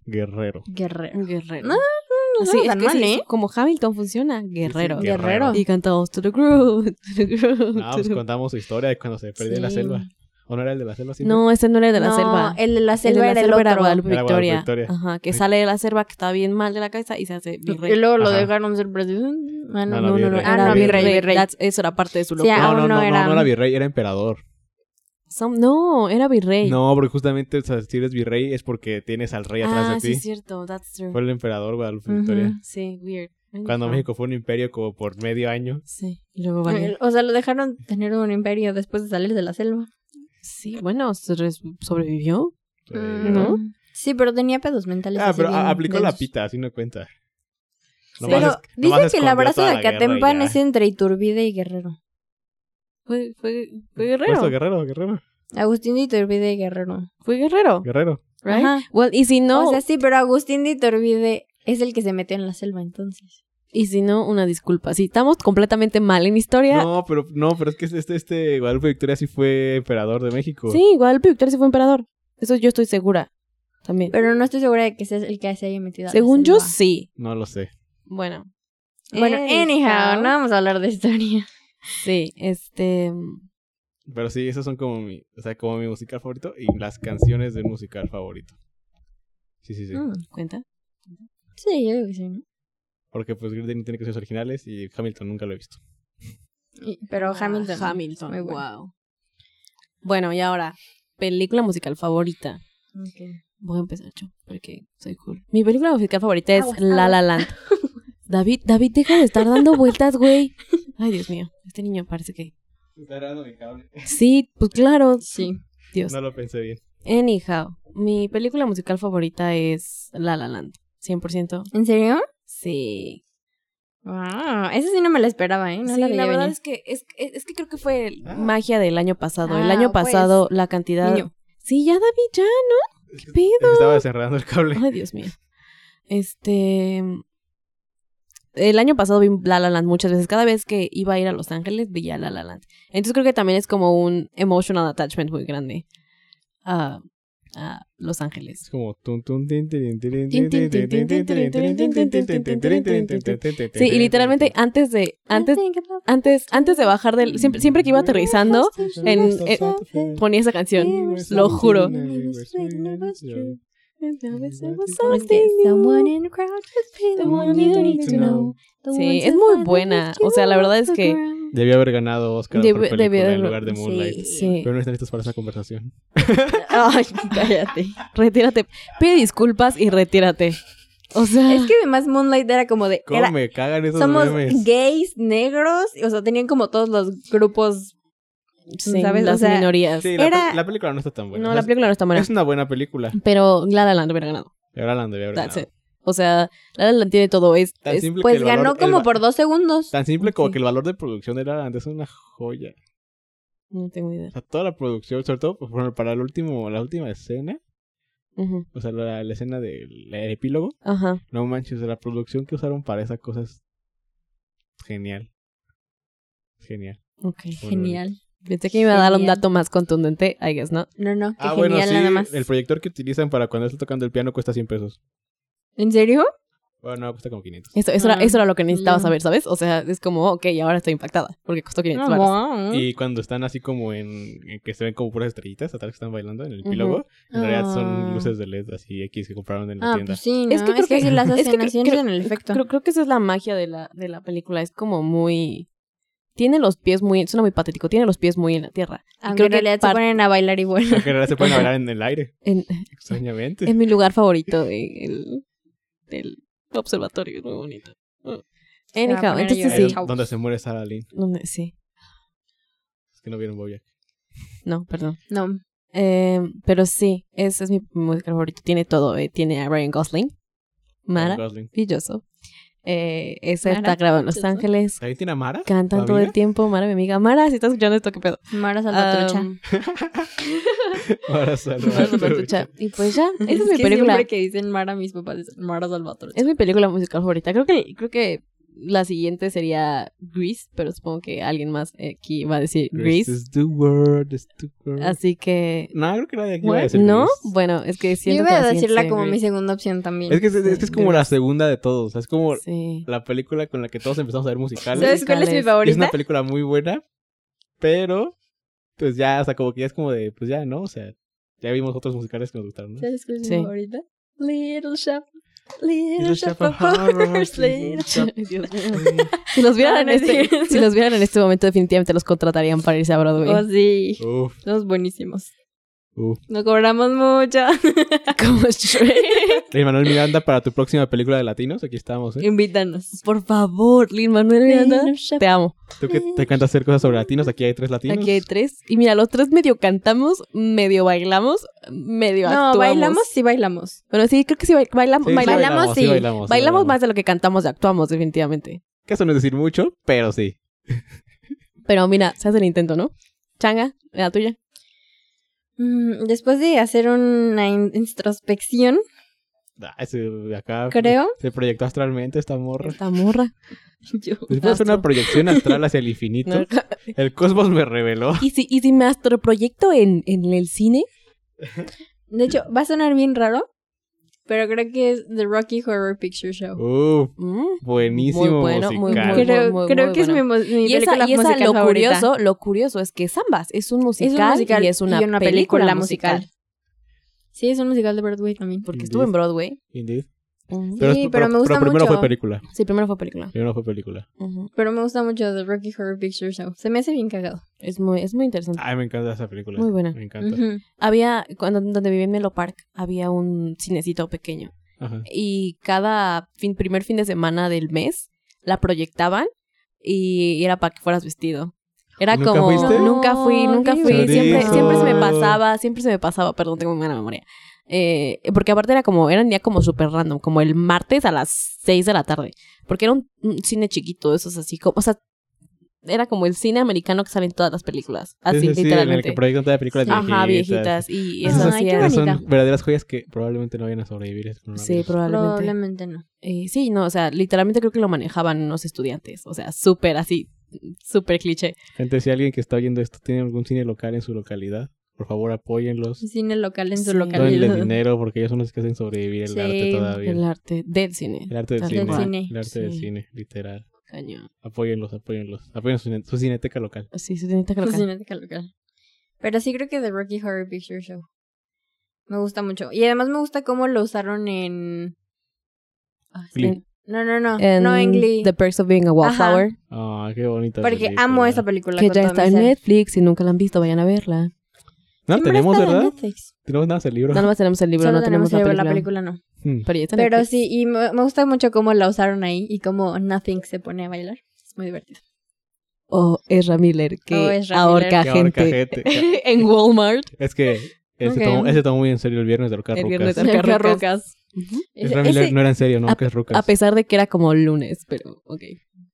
Guerrero.
Guerrero.
[LAUGHS] Guerrero.
No, no
sí,
suena
es
tan
que
mal,
sí,
¿eh?
Como Hamilton funciona, Guerrero.
sí, Guerrero.
Y cantamos To the Groove, To the Groove.
Ah,
to
pues
the-
contamos su historia de cuando se perdió en la
Sí.
selva. ¿O no era el de la selva? sí?
No, ese no era el de la
no,
selva.
el de la
El de
selva
la
era el
selva
otro.
era Guadalupe
Era Guadalupe
Victoria.
Victoria.
Ajá, que
Ay.
sale de la selva que está bien mal de la cabeza y se hace
Y
virrey.
luego lo
Ajá.
dejaron ser presidente. Ah,
No,
no, no, no,
no,
no.
virrey.
Ah, no, virrey, virrey.
That's- eso era parte de su
Sí, ah.
locura.
No, no,
aún
no,
no
no,
era-
no era virrey, era emperador.
Some- no, era virrey.
No, porque justamente o sea, si eres virrey es porque tienes al rey atrás
ah,
de
sí,
ti.
es cierto. That's true.
Fue el emperador Guadalupe
Ujú.
Victoria.
Sí, weird.
Cuando
Ajá.
México fue un imperio como por medio año.
Sí, y luego valió.
Eh, O sea, lo dejaron tener un imperio después de salir de la selva.
Sí, bueno, se res- sobrevivió.
eh,
Mm,
¿No?
Sí, pero tenía pedos mentales.
Ah,
así
pero
bien
a- aplicó la
densos.
pita, así no cuenta.
Pero
Nomás es- nomás
dicen que el
escondió
abrazo
toda
de
la guerra y
Acatempán
ya.
es entre Iturbide y Guerrero.
Fue, fue, fue
Por eso,
guerrero.
guerrero, guerrero,
Agustín de Iturbide y Guerrero.
Fue guerrero.
guerrero.
Right?
Ajá.
Well, y si no,
O sea, sí, pero Agustín de Iturbide es el que se metió en la selva entonces.
y si no, una disculpa. Si estamos completamente mal en historia.
No, pero no, pero es que este, este Guadalupe Victoria sí fue emperador de México.
sí, Guadalupe Victoria sí fue emperador. Eso yo estoy segura. También.
Pero no estoy segura de que sea el que se haya metido. a la
Según yo,
selva.
sí.
No lo sé.
Bueno.
Bueno, anyhow,
Anyhow.
no vamos a hablar de historia.
Sí, este.
Pero sí, esos son como mi, o sea, como mi musical favorito y las canciones del musical favorito. Sí, sí, sí.
Mm,
¿Cuenta?
Sí, yo digo que sí. ¿no?
Porque pues Green Day no tiene canciones originales y Hamilton nunca lo he visto.
Y- pero
Ah,
Hamilton.
Hamilton.
muy bueno.
Wow. Bueno, y ahora, película musical favorita.
Ok.
Voy a empezar yo, porque soy cool. Mi película musical favorita es
Aguas,
La
aguas. [LAUGHS]
La Land. David, David, deja de estar dando vueltas, güey. Ay, Dios mío. Este niño parece que. Sí, pues claro.
Sí.
Dios.
No lo pensé bien.
Anyhow, mi película musical favorita es La La Land. 100%.
¿En serio?
Sí.
Wow. Esa sí no me la esperaba, ¿eh? No
Ah. Sí,
la
la,
veía
verdad
venir.
es que, es, es- es que creo que fue
Ah.
magia del año pasado. el
Ah,
año
pues,
pasado, la cantidad.
Niño.
Sí, ya, David, ya, ¿no? ¿Qué pedo?
Es que Estaba desenredando el cable.
Ay, Dios mío. Este. El año pasado vi La La Land muchas veces. Cada vez que iba a ir a Los Ángeles, veía La La Land. Entonces creo que también es como un emotional attachment muy grande. Ah, a Los Ángeles.
Es como tun, tun, tin, tirin, tirin,
Tin,
tin,
tin,
tin,
tin, tin,
tin, tin,
tin, tin,
tin, tirin,
tin, tin, tin,
tin, tin, tin,
tin, tin,
tin,
tin, tin, tin, tin, tin,
tin, tin, tin, tin, tin, tin, tin,
Sí, y literalmente antes de, antes,
Ah,
antes, antes de bajar del, siempre, siempre que iba aterrizando, en- ponía esa canción. lo juro. Sí, es muy buena. O sea, la verdad es que
Debió haber ganado Oscar
Debe-
por película
debió haber-
en lugar de
sí.
Moonlight.
Sí,
Pero no están listos para esa conversación.
[LAUGHS] Ay, cállate.
retírate. Pide disculpas y retírate. O sea,
Es que además Moonlight era como de.
¿Cómo
Era,
me cagan esos
somos
memes?
gays, negros. O sea, tenían como todos los grupos.
sí,
¿sabes? O
las
sea,
minorías.
Sí, la,
Era-
pe- la película no está tan buena.
no,
O
la
sea,
película no está buena.
Es una buena película.
Pero La La Land hubiera ganado.
Y ahora la han de haber
That's
ganado.
it. O sea, La La Land tiene todo. Es,
Tan
es-
simple que
Pues
el valor-
ganó
el
como
va-
por dos segundos.
Tan simple como
Sí.
que el valor de producción de La La Land es una joya.
No tengo idea.
O sea, toda la producción, sobre todo por ejemplo, para el último, la última escena,
Ujú.
o sea, la, la escena del el epílogo,
Ajá.
no manches, la producción que usaron para esa cosa es genial. Genial.
Ok.
Genial.
Pensé que me iba a dar un
Genial.
dato más contundente, I guess, ¿no?
No, no, qué
Ah,
genial
bueno, sí,
nada más.
el proyector que utilizan para cuando está tocando el piano cuesta 100 pesos.
¿En serio?
Bueno, no, cuesta como 500.
Eso, eso,
Ah,
era, eso era lo que necesitaba
ya.
saber, ¿sabes? O sea, es como, ok, ahora estoy impactada porque costó 500
Ah,
varos.
wow.
Y cuando están así como en, en que se ven como puras estrellitas atrás que están bailando en el epílogo, en realidad
Ah.
son luces de LED así X que compraron en la
Ah,
tienda.
pues sí, ¿no?
Es que creo que-
sí las
[LAUGHS] es que
hacen
creo-
así
creo-
en el efecto.
Creo, creo que esa es la magia de la, de la película. Es como muy. Tiene los pies muy. Suena muy patético. Tiene los pies muy en la tierra. Y
Aunque Ah,
creo
en realidad se
par-
ponen a bailar y bueno.
Aunque [LAUGHS] en realidad se pueden
[LAUGHS]
bailar en el aire,
en-
extrañamente.
es mi lugar favorito de- el- del observatorio. Es muy bonito.
Se
Mm.
va a
Anyhow,
poner a
entonces
llorar.
Ahí
sí.
Chao.
donde se muere Sarah Lynn.
¿Dónde? Sí.
Es que no vieron Bojack.
No, perdón.
[LAUGHS] No.
Eh, pero sí, ese es mi musical favorito. Tiene todo. eh, Tiene a Ryan Gosling. Mara.
Ryan Gosling.
maravilloso. Eh, esa está
Mara,
grabada en Los
maravilloso.
Ángeles.
¿También tiene a Mara?
Cantan
¿Tu
todo el
amiga?
tiempo. Mara, mi amiga. Mara, si estás escuchando esto, qué pedo.
Mara Salvatrucha.
Um, [LAUGHS]
Mara Salvatrucha.
Mara Salvatrucha. Y pues ya, esa
que
es, mi película.
Siempre que dicen Mara, mis papás dicen Mara Salvatrucha.
Es mi película musical favorita. Creo que, creo que la siguiente sería Grease, pero supongo que alguien más eh, aquí va a decir
Grease
Grease.
is the word, is the word.
Así que.
No, creo que nadie aquí va
¿No?
a decir Grease.
Bueno, es que
Yo
siento
iba
que
a
la siguiente
decirla
sería
como mi
Grease.
segunda opción también.
Es que, es, es que es como la segunda de todos. o sea, es como
Sí.
la película con la que todos empezamos a ver musicales.
¿Sabes cuál es mi
musicales.
Es una
favorita?
película muy buena, pero pues ya, o sea, como que ya es como de, pues ya, ¿no? O sea, ya vimos otros musicales que nos gustaron, ¿no?
¿Sabes cuál es
Sí.
mi favorita? Little Shop. Little
Little
Shop
Shop of
of Horrors.
[LAUGHS]
Horrors,
Little
Little Shop.
Dios mío.
Mm.
Si los vieran,
No,
en
no es
este,
cierto.
si los vieran en este momento, definitivamente los contratarían para irse a Broadway.
Oh, sí.
Uf,
Somos buenísimos.
uf.
Nos cobramos
[LAUGHS]
mucho.
como Shrek.
Ey, Manuel Miranda, para tu próxima película de latinos, aquí estamos, ¿eh?
[LAUGHS] Invítanos.
Por favor, Lin Manuel Miranda.
Little Shop
Te amo.
Tú que te encanta hacer cosas sobre latinos, aquí hay tres latinos.
Aquí hay tres. Y mira, los tres medio cantamos, medio bailamos, medio
No,
actuamos.
bailamos, sí bailamos.
Bueno, sí, creo que sí, bail- bailamos.
Sí, sí
bailamos.
bailamos, sí.
bailamos, sí
Bailamos más de lo que cantamos y actuamos, definitivamente.
Que eso no es decir mucho, pero sí.
Pero mira, se hace el intento, ¿no? Changa, la tuya.
Mm, Después de hacer una in- introspección, [LAUGHS]
Ah, ese de acá
creo.
se proyectó astralmente esta morra.
Esta morra.
Yo.
Después de hacer una
Astro.
proyección astral hacia el infinito,
[LAUGHS]
el cosmos me reveló.
¿Y, si, y si me astroproyecto en, en el cine,
De hecho, va a sonar bien raro, pero creo que es The Rocky Horror Picture Show.
Uf,
Mm.
buenísimo
Muy bueno, muy
musical.
bueno.
creo
muy
creo
buena.
que es mi, mo- mi
Y esa,
película
y esa,
musical
lo
favorita.
curioso, lo curioso es que es ambas, es un musical,
musical
y es una,
y una
película,
película
musical.
musical. Sí, es un musical de Broadway también.
Porque estuvo en Broadway.
Indeed.
Ujú.
Sí, pero me gusta
primero
mucho.
fue película.
Sí, primero fue película.
Primero fue película.
Ujú.
Pero me gusta mucho The Rocky Horror Picture Show. Se me hace bien cagado.
es, muy, es muy interesante.
Ay, me encanta esa película.
Muy buena.
Me encanta.
Ujú.
Había, cuando donde vivía en Melo Park, había un cinecito pequeño.
Ajá.
Y cada fin, primer fin de semana del mes la proyectaban y era para que fueras vestido. Era
¿Nunca
como
fuiste?
nunca fui,
No,
nunca
qué
fui,
bonito.
siempre, siempre se me
Chorizo.
pasaba, siempre se me pasaba, perdón, tengo muy mala memoria. Eh, porque aparte era como, eran ya como súper random, como el martes a las 6 de la tarde. Porque era un, un cine chiquito, eso es así como, o sea, era como el cine americano que salen todas las películas. Así,
Sí, sí, sí, en el
literalmente.
que proyectan todas las películas
Sí.
Ajá,
viejitas.
viejitas.
Ay,
Y eso
qué
sí era.
Esas
bonita.
son verdaderas joyas que probablemente no vayan a sobrevivir. a este
Sí,
coronavirus.
probablemente.
Probablemente no.
Eh, sí, no, o sea, literalmente creo que lo manejaban unos estudiantes. O sea, súper así, súper cliché.
Gente, si alguien que está oyendo esto tiene algún cine local en su localidad, Por favor, apóyenlos.
Cine local en su
Sí.
Denle
localidad.
dinero porque ellos son los que hacen sobrevivir el
Sí.
arte todavía.
El arte del cine.
El arte del
Tal
cine.
cual.
El arte del
Sí.
cine, literal.
Cañón.
Apóyenlos, apóyenlos. Apóyen su, cine- su cineteca local.
Sí, se tiene que
Su
colocar.
cineteca local. Pero sí creo que The Rocky Horror Picture Show. Me gusta mucho. Y además me gusta cómo lo usaron en.
Ah,
Glee.
en-
No, no, no. Ah, no en
en
Glee.
The Perks of Being a Wallflower.
Ah, qué bonita.
Porque
película.
amo esa película.
Que
con
ya
toda
está
mi
en
ser.
Netflix. Si nunca la han visto, vayan a verla.
No la
Siempre
tenemos,
está en
¿verdad?
Netflix.
Tenemos nada más el [LAUGHS] libro.
No más tenemos el libro,
Solo
no
tenemos
tenemos,
que ver
la película.
la película, no.
Hmm.
Pero, ya está en
Pero
Netflix.
sí, y me, me gusta mucho cómo la usaron ahí y cómo Nothing se pone a bailar. Es muy divertido.
O Ezra Miller, que
O Ezra
ahorca
Qué
gente.
ahorca
[LAUGHS]
gente.
en Walmart.
Es
[LAUGHS]
que ese,
Ok.
tomó, ese tomó muy en serio el viernes de Orca
El
Rucas.
viernes de-
Cerca
Cerca Rucas.
Rucas.
Es
Ese-
Ramírez,
ese-
no era en serio, no, que es Rucas.
A pesar de que era como lunes, pero ok.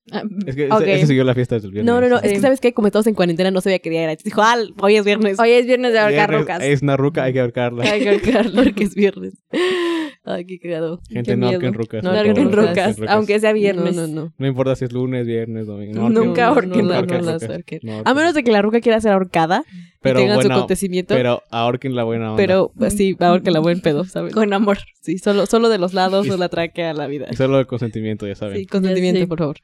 [LAUGHS] ah,
Es que ese,
Ok.
ese siguió la fiesta desde el viernes.
No, no, no. Es
Sí.
que sabes que como estamos en cuarentena no sabía qué día era. Entonces Dijo, ah, hoy es
[LAUGHS]
viernes.
Hoy es viernes de ahorcar
Viernes,
Rucas.
Es una ruca, hay que ahorcarla.
Hay que [LAUGHS] ahorcarlo porque es viernes. Ay, qué cagado.
Gente,
Qué
no
miedo.
ahorquen rucas.
No
No
por
ahorquen
favor, no
rucas,
Rucas, aunque sea viernes.
No, no, no.
No importa si es lunes, viernes, domingo. no
Nunca ahorquen
no, no,
rucas.
no las ahorquen.
No
A menos de que la ruca quiera ser ahorcada
pero
y tengan su
bueno,
acontecimiento.
pero ahorquen la buena onda.
Pero así, ahorca la buen pedo, ¿sabes?
Con amor.
Sí, solo, solo de los lados o la tráquea a la vida.
Y solo el consentimiento, ya saben.
Sí, consentimiento,
Sí.
por favor.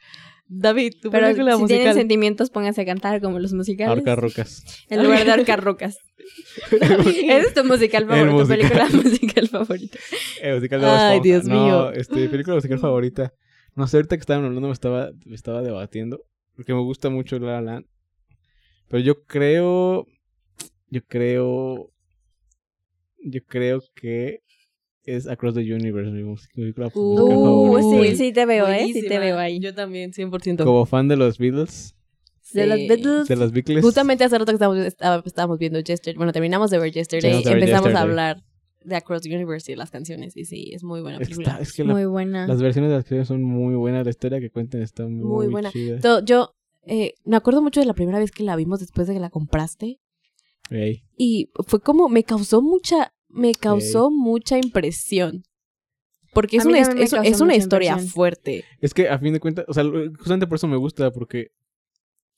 David, tu
Pero si
película
tienen
musical.
sentimientos, pónganse a cantar como los musicales.
Ahorcar rucas.
En lugar de ahorcar
[LAUGHS]
Rucas. Ese es tu musical favorito, tu
musical.
película [LAUGHS] musical favorita.
Eh, musical de Bob
Ay,
Esponja.
Dios
No,
mío.
este, película musical favorita. No sé, ahorita que estaban hablando me estaba, me estaba debatiendo. Porque me gusta mucho La La Land. Pero yo creo... Yo creo... Yo creo que es Across the Universe, mi mus- película musical
Uh,
favorita.
sí, sí te veo, ¿eh? Sí te
Buenísima.
veo ahí.
Yo también, 100%.
Como fan de los Beatles,
De los
Sí.
Beatles.
de los Beatles.
Justamente hace rato que estábamos, estaba- estábamos viendo Yesterday. Bueno, terminamos de ver Yesterday.
Terminamos de ver
empezamos
Yesterday.
a hablar de Across the Universe y las canciones. Y sí, es muy buena
Es que,
película.
está- es que la-
Muy buena.
las versiones de las canciones son muy buenas. La historia que cuentan está muy,
Muy buena.
chida.
To- Yo eh, me acuerdo mucho de la primera vez que la vimos después de que la compraste.
Ey,
Y fue como, me causó mucha, me causó mucha impresión. Porque es
A mí
una,
también me
es-
causó
es una
mucha
historia
impresión.
fuerte.
Es que a fin de cuentas, o sea, lo- justamente por eso me gusta, porque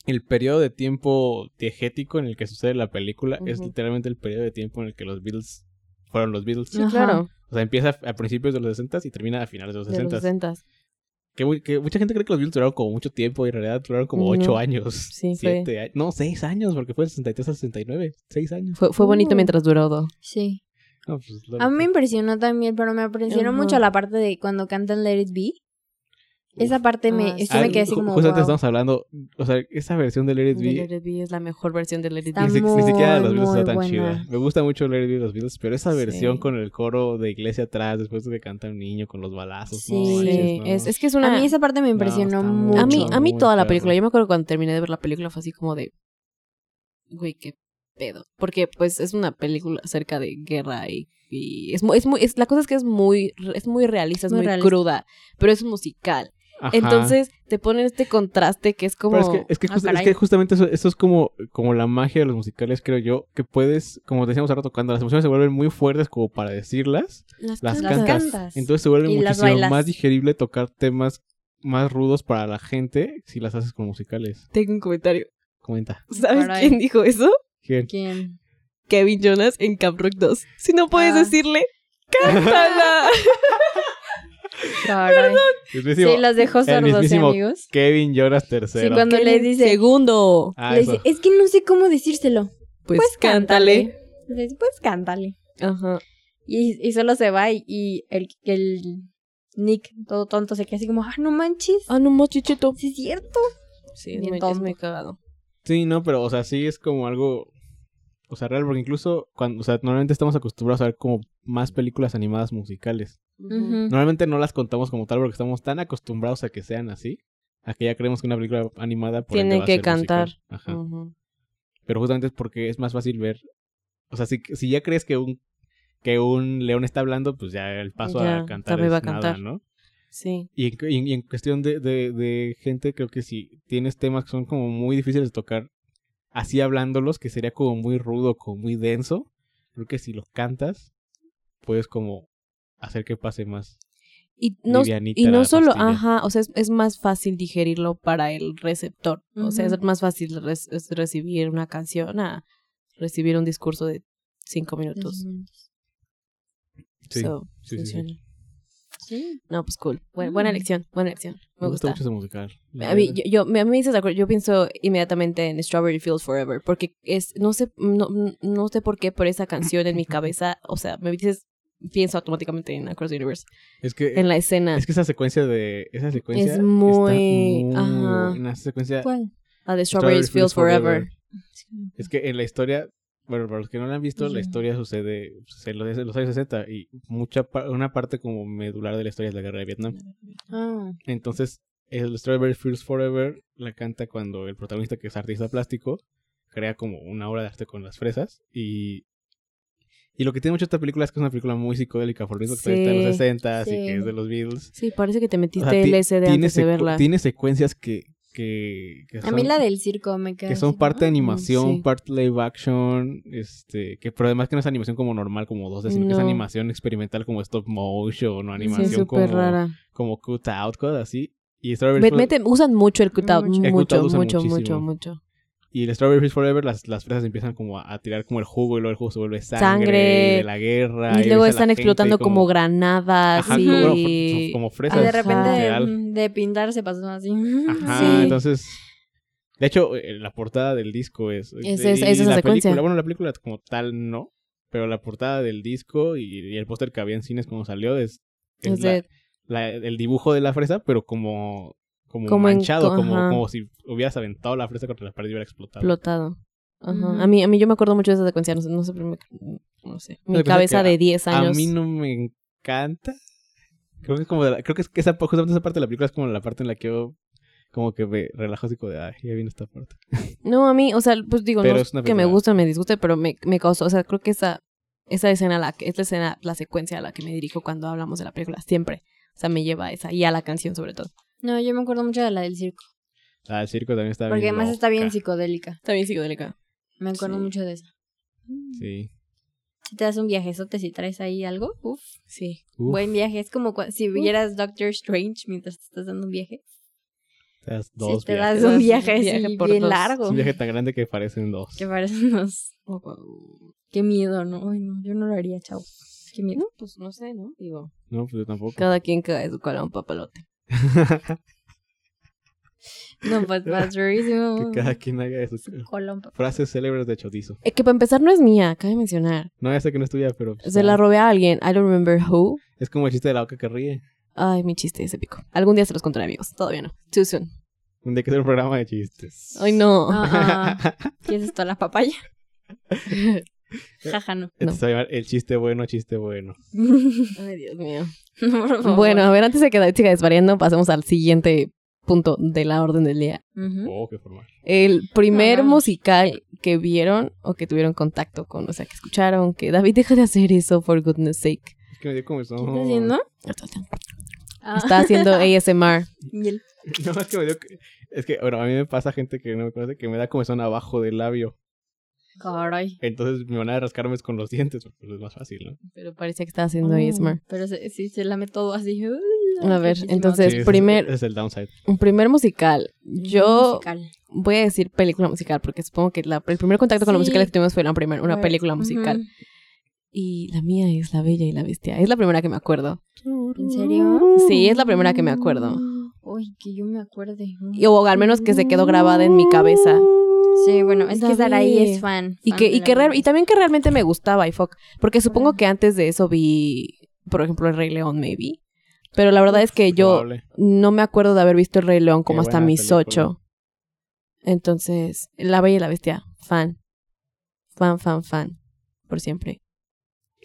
el periodo de tiempo diegético en el que sucede la película es
Ujú.
literalmente el periodo de tiempo en el que los Beatles fueron los Beatles.
Sí, claro.
O sea, empieza a principios de los 60 y termina a finales de los
De los
60.
60.
Que, mu- que mucha gente cree que los Beatles duraron como mucho tiempo y en realidad duraron como
No.
8 años.
Sí, fue-
7 años. No, 6 años, porque fue del 63 al 69. 6 años.
Fue, fue bonito
Uh.
mientras duró. Do.
Sí.
No, pues, lo-
A mí me impresionó también, pero me impresionó
Ajá.
mucho la parte de cuando cantan Let It Be. Esa parte me,
Ah,
sí
sí.
me quedé así
ju-
como.
Justamente
wow.
estamos hablando, o sea, esa versión de Let It
De
Be
Let It Be es la mejor versión de Let It
Está
Be.
Ni, si- ni siquiera los
muy,
Beatles está tan
muy
chida.
buena.
Me gusta mucho leer de los Beatles, pero esa
Sí.
versión con el coro de iglesia atrás, después de que canta un niño con los balazos.
Sí.
no manches,
Sí,
no.
es, es que es una...
A mí esa parte me impresionó
está muy
mucho.
A mí, a mí
Muy
toda la
perro.
película. Yo me acuerdo cuando terminé de ver la película fue así como de. Güey, qué pedo. Porque, pues, es una película acerca de guerra y. y es, mu- es muy. Es, la cosa es que es muy, re- es muy realista, es
Muy
muy,
realista.
cruda. Pero es un musical.
Ajá.
Entonces, te ponen este contraste que es como.
Pero es que, es que,
Ah,
justa- es
caray.
que justamente eso, eso es como, como la magia de los musicales, creo yo, que puedes, como decíamos ahora, cuando las emociones se vuelven muy fuertes como para decirlas, las
Las
cantas.
cantas.
entonces se vuelve
Y las
muchísimo
bailas.
más digerible tocar temas más rudos para la gente si las haces con musicales.
Tengo un comentario.
Comenta.
¿Sabes
Caray.
quién dijo eso?
¿Quién?
¿Quién?
Kevin Jonas en Camp Rock 2. Si no puedes
Ah.
decirle, [LAUGHS] cántala.
Caray.
El
Sí,
mismísimo
los dejó
el
sordos, ¿eh,
mismísimo
amigos.
Kevin Jonas tercero.
Sí, cuando le dice,
Segundo.
Ah,
le
eso.
dice, es que no sé cómo decírselo.
Pues,
Pues
cántale.
cántale. Le dice, pues cántale.
Ajá.
Y, y solo se va y, y el, el Nick, todo tonto, se queda así como, ah, no manches.
Ah, no, machichito.
Sí, es cierto. es
Sí, es
muy-
muy,
es muy
cagado.
Sí, no, pero, o sea, sí es como algo, o sea, real, porque incluso cuando, o sea, normalmente estamos acostumbrados a ver como más películas animadas musicales.
Ujú.
Normalmente no las contamos como tal porque estamos tan acostumbrados a que sean así, a que ya creemos que una película animada por ende
Tiene
va a
que
ser musical.
cantar. Mm.
Ajá. Pero justamente es porque es más fácil ver, o sea, si, si ya crees que un que un león está hablando, pues ya el paso a
Ya,
cantar
también
es
va a
nada,
cantar.
¿no?
Sí.
Y en, y en- y en cuestión de, de- de gente, creo que si tienes temas que son como muy difíciles de tocar, así hablándolos, que sería como muy rudo, como muy denso, creo que si los cantas, puedes como hacer que pase más.
Y no,
Livianita
y
la
no solo,
pastilla.
ajá, o sea, es, es más fácil digerirlo para el receptor. O sea,
Ujú.
es más fácil res- es recibir una canción a, recibir un discurso de cinco
Los
minutos.
momentos.
Sí,
So,
sí, sí, sí.
funciona.
Sí.
No, pues cool. Buena, buena
Mm.
elección, buena elección. Me,
Me
gusta.
gusta mucho ese musical. la
A mí,
verdad.
yo, yo- me, me dices, de acuerdo, yo pienso inmediatamente en Strawberry Fields Forever, porque es, no sé, no, no sé por qué, pero esa canción
[LAUGHS]
en mi cabeza, o sea, me dices, pienso automáticamente en Across the Universe,
es que
en la escena,
es que esa secuencia de esa secuencia está
muy-
muy-
ajá.
una secuencia
¿Cuál?
la de Strawberry
Strawberry
Fields
Fields
Forever.
Es Eh, que en la historia, bueno, para los que no la han visto, la
Ujú.
historia sucede pues, en los, en los años 60 y mucha pa- una parte como medular de la historia es la guerra de Vietnam.
Ah,
Entonces, el Strawberry Fields Forever la canta cuando el protagonista, que es artista plástico, crea como una obra de arte con las fresas y... Y lo que tiene mucho esta película es que es una película muy psicodélica, por lo mismo que está de
Sí,
los 60
sí.
y que es de los Beatles.
Sí, parece que te
O
metiste
sea, ti-
el SD
tiene
antes de
secu-
verla.
Tiene secuencias que... que, que
a mí
son-
la del circo me queda.
que son
así,
parte de
¿no?
animación,
sí.
parte live action, este, que pero además que no es animación como normal, como 2D, sino que es
No.
animación experimental como stop motion, o
Sí,
animación
es
como,
súper rara.
como cut out, cosas así. Y Strawberry
Met-
Fields-
meten- usan mucho el cut out,
Mucho.
El
mucho,
cutout usan
mucho, mucho,
muchísimo.
mucho.
y el Strawberry Fields Forever, las, las fresas empiezan como a, a tirar como el jugo y luego el jugo se vuelve sangre,
Sangre.
de la guerra.
Y luego
ves a la
están
gente
explotando como, granadas
ajá,
y...
como, bueno, fr- como fresas.
Ah, de
Ajá.
repente mm,
literal.
de, de pintar se pasó así. [LAUGHS]
Ajá,
Sí.
entonces. De hecho, eh, la portada del disco es.
Es-
y
es- es esa
la
secuencia.
Película, bueno, la película como tal no. Pero la portada del disco y, y el póster que había en cines cuando salió es. es
o sea,
la- la- el dibujo de la fresa, pero como. Como,
Como en-
manchado, como,
ajá.
como si hubieras aventado la fresa contra la pared y hubiera explotado.
explotado. Ajá.
Ujú.
A mí, a mí yo me acuerdo mucho de esa secuencia, no sé, no sé, pero me- no sé. Mi
Una cosa
cabeza
pues, que
de 10
A
años.
mí no me encanta. Creo que es como. de la- creo que es que esa, justamente esa parte de la película es como la parte en la que yo. Como que me relajo así como de, ay, ya vino esta parte.
No, a mí, o sea, pues digo,
Pero
no
es una
que me
película.
gusta, me disguste, pero me, me causó, o sea, creo que esa, esa escena, la, que- es la escena, la secuencia a la que me dirijo cuando hablamos de la película, siempre. O sea, me lleva a esa y a la canción sobre todo.
No, yo me acuerdo mucho de la del circo.
La del circo también está
Porque
bien.
además está bien
loca.
psicodélica.
También psicodélica.
Me acuerdo
Sí.
mucho de esa.
Sí.
Si te das un viajezote, si traes ahí algo, uff,
Sí.
Uf.
buen viaje. Es como cua- si vieras Doctor Strange mientras te estás dando un viaje.
Te das
Si
dos
te
viajes.
das un
Un
viaje, así
viaje por
bien
dos.
largo.
Es un viaje tan grande que parecen dos.
Que parecen unos...
Oh,
Qué miedo, ¿no? Ay, no, yo no lo haría, chao. Qué miedo.
No, pues no sé, ¿no? Digo,
No, pues yo tampoco.
cada quien cae su cola a un papalote.
No,
[LAUGHS]
pues vas durísimo.
que cada quien haga eso.
Colón,
[LAUGHS]
papá.
Frases célebres de chorizo.
Es Eh, que para empezar no es mía, cabe mencionar.
No, ya sé que no estudia, pero. pues,
Se la robé a alguien, I don't remember who.
Es como el chiste de la boca que ríe.
Ay, mi chiste es épico. Algún día se los contaré, amigos. Todavía no. Too soon.
Un día hay que hacer un programa de chistes.
Ay, no.
Ah, ah. ¿Qué es esto? ¿La
[LAUGHS]
papaya? Jaja, no. [LAUGHS]
Esto Este se va a llamar el chiste bueno, chiste bueno.
Ay, Dios mío.
No, por favor.
Bueno, a ver, antes de que la siga desvariando, pasemos al siguiente punto de la orden del día.
Ujú.
Oh, qué formal.
El primer
Ajá.
musical que vieron o que tuvieron contacto con, o sea, que escucharon, que David deja de hacer eso, for goodness sake.
Es que me dio como eso.
¿Qué estás haciendo? Ah. [LAUGHS]
Está haciendo ASMR.
Y el-
[LAUGHS] No, es que me dio. que- Es que, bueno, a mí me pasa gente que no me conoce que me da comezón abajo del labio.
Caray.
Entonces mi manera de rascarme es con los dientes, porque pues es más fácil, ¿no?
Pero parecía que está haciendo
Mm,
ASMR.
Pero se- sí, se lame todo así.
A ver,
Riquísimo.
entonces,
ese es-
primer-
ese Es, el downside.
Un primer musical. Yo
Musical.
voy a decir película musical porque supongo que la- el primer contacto con los
Sí.
musicales que tuvimos fue la primera, una
Ver,
película musical.
ujú.
Y la mía es La Bella y la Bestia. Es la primera que me acuerdo.
¿En serio?
Sí, es la primera que me acuerdo.
Uy, que yo me acuerde.
Y- O al menos que se quedó grabada en mi cabeza.
Sí, bueno, es que
David.
Saraí es fan.
Y
fan
que,
de
y
la
que real-
banda.
y también que realmente me gustaba iFoc. Porque supongo
Órale.
que antes de eso vi, por ejemplo, El Rey León, maybe. Pero la verdad es que yo
Probable.
no me acuerdo de haber visto El Rey León como
Qué
hasta
buena
mis
película.
ocho. Entonces, La Bella y la Bestia, fan. Fan, fan, fan. Por siempre.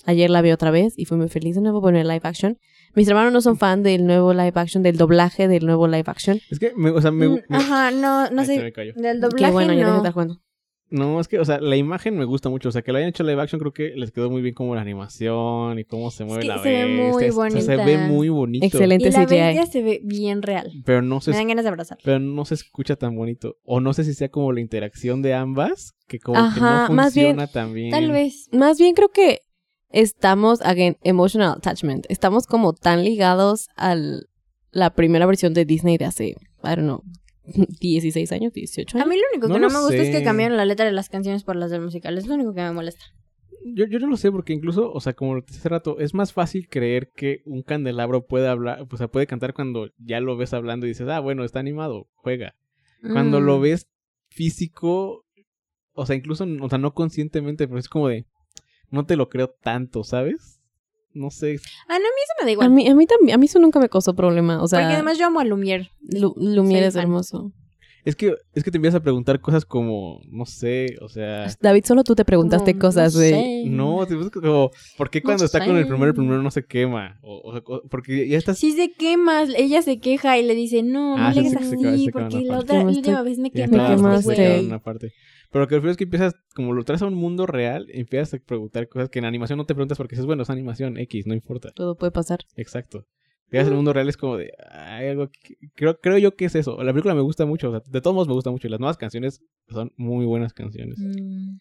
Ayer la vi otra vez y fui muy feliz de nuevo con el live action. Mis hermanos no son fan del nuevo live action, del doblaje del nuevo live action.
Es que, me- o sea, me.
Mm,
me-
Ajá, no, no
Ay, se
sé.
me cayó.
Del doblaje
que bueno, ya dejen de
no.
estar jugando.
No, es que, o sea, la imagen me gusta mucho. O sea, que lo hayan hecho live action, creo que les quedó muy bien como la animación y cómo se mueve
que
la
se ve muy
bestia. O sea, se ve
bonita.
muy bonito.
Excelente.
y la
CGI.
bestia se ve bien real.
Pero no se
Me dan ganas de abrazar.
pero no se escucha tan bonito. O no sé si sea como la interacción de ambas, que como que no
Ajá,
funciona
más bien,
tan bien.
Tal vez.
Más bien creo que estamos, again, emotional attachment. Estamos como tan ligados a la primera versión de Disney de hace, I don't know, [LAUGHS] 16 años, 18
A
años.
mí lo único que
No
no,
lo
me gusta es
sé.
que cambiaron la letra de las canciones por las del musical. Es lo único que me molesta.
Yo, yo no lo sé, porque incluso, o sea, como lo dije hace rato, es más fácil creer que un candelabro puede hablar, o sea, puede cantar cuando ya lo ves hablando y dices, ah, bueno, está animado, juega. Cuando
Mm.
lo ves físico, o sea, incluso, o sea, no conscientemente, pero es como de, no te lo creo tanto, ¿sabes? No sé.
Ah, no, a mí eso me da
A
igual.
mí, a mí también, a mí eso nunca me causó problema. O sea,
Porque además yo amo a Lumière.
Lu- Lumière
soy
es
fan.
hermoso.
Es que, es que te empiezas a preguntar cosas como, no sé, o sea,
Pues
David, solo tú te preguntaste
Como,
cosas
no
de...
sé.
no, te empiezas como, ¿por qué
No
cuando está con el primero, el
sé.
primero no se quema? O, o sea, co- porque ya estás
Sí se quema, ella se queja y le dice, no,
Ah,
no
sí,
le
sí,
hagas
se quema-
así,
se quema
porque
en la
la,
parte.
otra,
Sí,
la
me
última
estoy-
vez me
Ya
Me
quemaste,
estabas
quemaste.
güey.
complicado en una parte. Pero lo que refiero es que empiezas, como lo traes a un mundo real, empiezas a preguntar cosas que en animación no te preguntas porque dices, bueno, es animación, X, no importa.
Todo puede pasar.
Exacto. Llegas al mundo real es como de, hay algo que- creo, creo yo que es eso. La película me gusta mucho, o sea, de todos modos me gusta mucho. Y las nuevas canciones son muy buenas canciones.
Mm.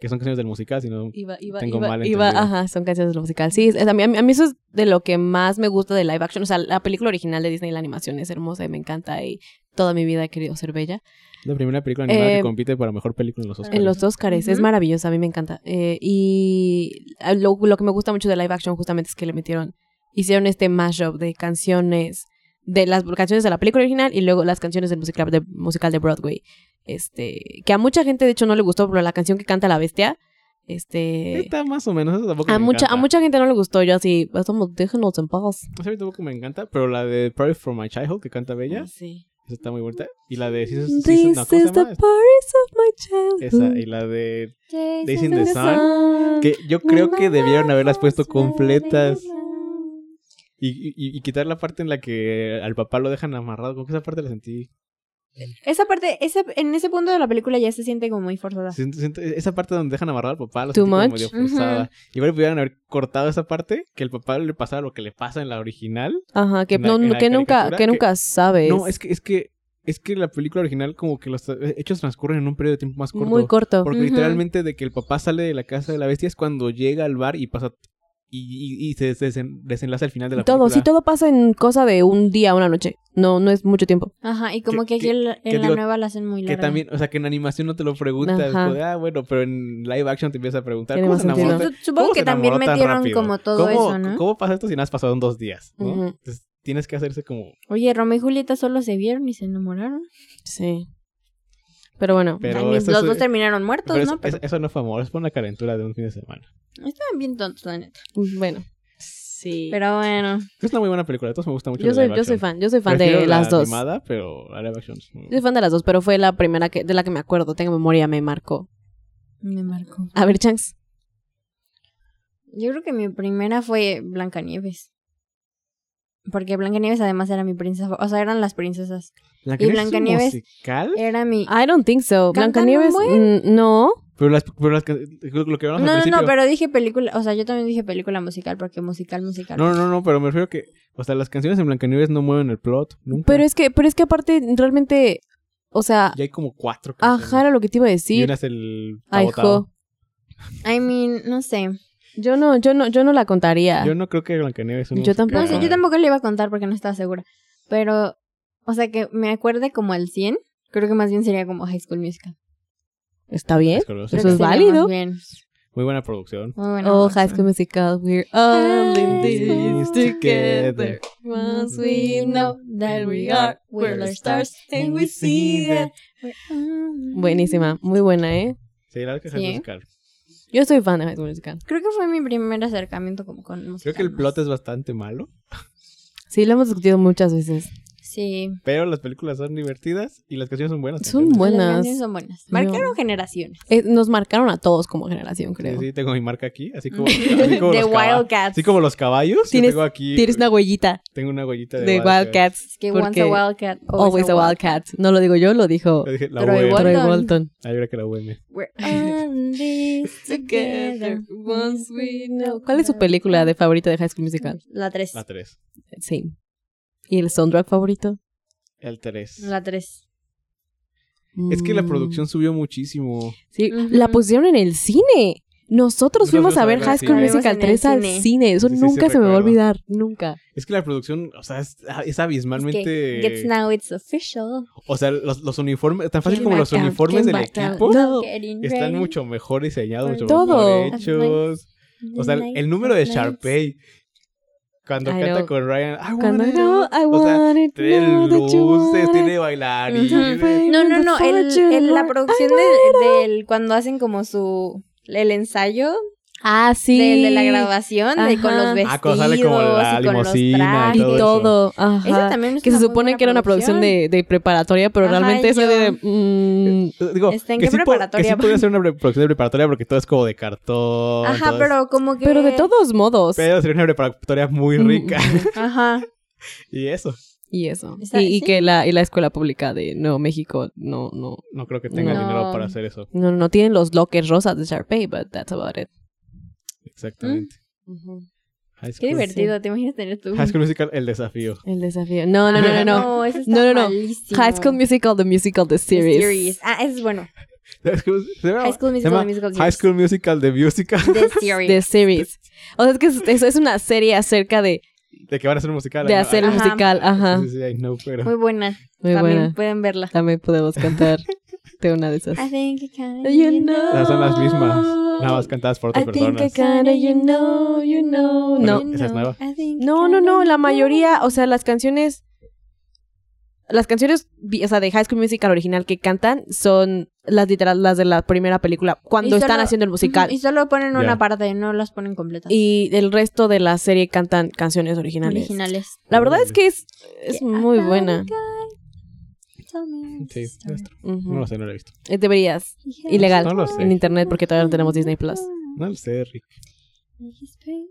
Que son canciones del musical, sino...
Iba, iba,
Tengo
iba,
mal
iba-
entendido.
ajá, son canciones del musical. Sí, es- es- a, mí, a mí- a mí eso es de lo que más me gusta de live action. O sea, la película original de Disney, la animación es hermosa y me encanta y toda mi vida he querido ser bella.
La primera película animada
Eh,
que compite para mejor película en los Oscars.
En los dos cares, es
Ujú.
maravillosa, a mí me encanta. Eh, y ah, lo, lo que me gusta mucho de live action justamente es que le metieron, hicieron este mashup de canciones, de las canciones de la película original y luego las canciones del musical de, musical de Broadway. Este, que a mucha gente de hecho no le gustó, pero la canción que canta la bestia, este...
Está más o menos, eso tampoco
A
me
mucha, a
encanta.
mucha gente no le gustó, yo así, estamos, déjenos en paz.
Esa a mí tampoco me encanta, pero la de Party for My Childhood, que canta Bella,
Sí.
esa está muy bonita. Y la de... Seasons- Seasons-
This
Pues no, ¿cómo se
is the
llama?
parties of my childhood.
Esa, y la de Days in the
The
Sun,
sun.
que yo creo que debieron haberlas puesto completas y, y- y quitar la parte en la que al papá lo dejan amarrado. Como que esa parte la sentí.
Esa parte, esa, en ese punto de la película ya se siente como muy forzada.
siento- siento- esa parte donde dejan amarrado al papá, la
Too
sentí como
much.
medio forzada. Igual pudieran haber cortado esa parte, que el papá le pasara lo que le pasa en la original.
Ajá, que,
En la-
no,
en la
que nunca,
caricatura,
que
que-
nunca sabes.
No, es que, es que, es que la película original, como que los eh, hechos transcurren en un periodo de tiempo más corto.
muy corto.
Porque
Ujú.
literalmente de que el papá sale de la casa de la bestia es cuando llega al bar y pasa y, y- y se desen- desenlaza el final de la
Todo,
película.
sí, todo pasa en cosa de un día, una noche. No, no es mucho tiempo.
Ajá, y como
Que-
que, aquí
que-
en la- en
que
la
digo,
nueva la hacen muy
Que
larga.
también, o sea, que en animación no te lo preguntas.
Ajá.
como de, ah, bueno, pero en live action te empiezas a preguntar.
Tiene
¿Cómo
más
se enamoró?
sentido.
tan-
Su- Supongo
cómo se
que también
enamoró tan
metieron
rápido?
como todo
¿Cómo-
eso, ¿no?
¿Cómo pasa esto si nada más pasado en dos días? ¿no?
Ujú.
Entonces, tienes que hacerse como.
Oye, Romeo y Julieta solo se vieron y se enamoraron.
Sí. Pero bueno,
Pero
Ay, mis-
esto
los
es-
dos terminaron muertos,
pero es-
¿no? Pero
es- eso no fue amor, es por una calentura de un fin de semana.
estaban bien tontos, la neta.
mm, bueno. Sí.
Pero bueno.
Es una muy buena película, de todos me gusta mucho.
yo
la
soy,
live
yo soy
action.
fan, yo soy fan
Prefiero
de
la
las dos.
Animada, pero la live action. es muy-
Yo soy fan de las dos, pero fue la primera que, de la que me acuerdo, tengo memoria, me marcó.
Me marcó.
A ver, Changs.
Yo creo que mi primera fue Blancanieves. Porque Blancanieves además era mi princesa. O sea, eran las princesas.
La
y
que es un
Blancanieves- eh,
musical,
Era mi.
Ah,
I don't think so.
¿Cantan
Blancanieves,
un
mm, no.
pero las, pero las que- lo que hablamos
Ah, No,
al
no,
principio.
no, pero dije película. O sea, yo también dije película musical, porque musical, musical.
No, no, no, pero me refiero que, o sea, las canciones en Blancanieves no mueven el plot nunca.
Pero es que, pero es que aparte, realmente, o sea,
Ya hay como cuatro canciones.
ajá, era lo que te iba a
Y
decir.
una es el
Ay,
Tao Tao.
jo.
I mean, no sé.
Yo no, yo no, yo no la contaría.
Yo no creo que Blancanieves es un
Yo tampoco.
No sé, yo
musical.
tampoco le iba a contar porque no estaba segura. Pero, o sea, que me acuerde como al 100. Creo que más bien sería como High School Musical.
Está bien.
Es curioso.
Creo
Eso
que
es
sería más
válido.
bien.
Muy buena producción.
Muy bueno.
Oh, High School Musical, we're all in this
This
together.
together.
Once we know that we are, we're the stars and we see that. Buenísima, muy buena, ¿eh?
Sí, la verdad que es
Sí.
un musical.
Yo soy fan de High School Musical.
Creo que fue mi primer acercamiento como con
Creo
musical
que el
más.
plot es bastante malo,
Sí, lo hemos discutido muchas veces.
Sí.
pero las películas son divertidas y las canciones son buenas.
Son
también.
Buenas.
Las canciones son buenas. Marcaron generaciones.
Eh, nos marcaron a todos como generación, creo.
Sí, sí, tengo mi marca aquí,
[LAUGHS]
así como, así
[LAUGHS]
como
The
los caba-
Wildcats.
Así como los caballos, yo
Tienes-
tengo aquí,
Tienes una huellita
tengo una huellita de,
de Wildcats.
Es que once
porque
a wildcat,
Always a Wildcat. No lo digo yo, lo dijo
Le dije, la
Troy
UM.
Wal-
Troy
Walton.
Walton. [LAUGHS]
Ahí era que la UM.
We're [LAUGHS] on this together.
Once we know. ¿Cuál es su película de favorita de High School Musical?
La 3.
La 3.
Sí. ¿Y el soundtrack favorito?
El 3.
La 3.
Es que la
Mm.
producción subió muchísimo.
Sí,
Ujú.
la pusieron en el cine. Nosotros fuimos a ver High School
cine.
Musical
Lo vimos
3
en el
al
cine.
cine. Eso
Sí, sí, sí,
nunca se me va a
recuerdo.
olvidar. Nunca.
Es que la producción, o sea, es, es
Es
abismalmente.
que Gets Now It's Official.
O sea, los, los uniformes, tan fácil
Get
como los
back out,
uniformes
get
del
back out,
equipo
no
No,
getting
están
ready.
mucho mejor diseñados, mucho
Todo.
mejor hechos. O sea, el- el número de
Nights.
Sharpay cuando
Ay,
canta
no.
con Ryan, I
Cuando
wanna
no,
know.
I
O sea,
want it,
tiene
know that you
luces,
want it.
tiene bailarines.
Ujú.
No, no, no.
The
el-
fortune
el- la
line.
producción de- del, cuando hacen como su. El ensayo
Ah, sí.
de, de la graduación, de con los
Ajá. Ah,
vestidos
cuando sale como la
y con los
limusina
trajes.
y
Y todo. Ajá.
Esa también es
que se
una muy
supone
buena
que era una producción de, de preparatoria, pero
Ajá,
realmente
y
eso
yo-
de... mm,
Digo,
Está en
que
qué
sí po-
preparatoria,
Que sí podía ser una pre- producción de preparatoria porque todo es como de cartón.
Ajá,
todo es-
pero como que.
pero de todos modos.
Pero sería una preparatoria muy
Mm.
rica. [LAUGHS]
Ajá.
y eso,
Y eso.
Esa-
y y
sí.
que la, y la escuela pública de Nuevo México no, no,
no creo que tenga
No.
dinero para hacer eso.
no, no tienen los lockers rosas de Sharpay, but that's about it.
Exactamente. High
Pues
Qué
School-
divertido, te imaginas tener tu.
High School Musical, el desafío. [LAUGHS]
El desafío. No, no, no, no,
Ah,
no.
eso está
No, no, no.
malísimo.
High School Musical, the musical, the
The
series.
series. Ah, eso es
[LAUGHS]
bueno.
High School, se llama-
High School
se
Musical,
llama
the Musical.
High School Musical de Musical. [LAUGHS]
The
The
series.
series. O sea, es que es, es- es una serie acerca de,
De que van a hacer un musical.
de
¿no?
hacer
Ajá.
musical. Ajá.
Sí, sí, I know, pero.
Muy buena.
Muy
También
buena.
pueden verla.
También podemos cantar de una de esas.
I think I kinda
You know.
Las son las mismas. Nada más cantadas por otras
I think I
personas.
kinda, you know, you know.
Bueno,
No.
esa es nueva.
I think I
No, no, no,
kinda
la
know.
mayoría, o sea, las canciones las canciones, vi- o sea, de High School Musical original que cantan son las literal las de la primera película cuando
Y
están
solo-
haciendo el musical
Ujú, Y solo ponen
Ya.
una parte, no las ponen completas.
y el resto de la serie cantan canciones originales.
originales.
La verdad es que es, es
Yeah,
muy
I found
buena.
a guy. Tell me
Sí,
a story.
nuestra.
Ujú.
No lo sé, no lo he visto.
Eh, Deberías
He had
ilegal
No lo sé.
en internet porque todavía no tenemos Disney Plus.
No lo sé, Rick.
his pain,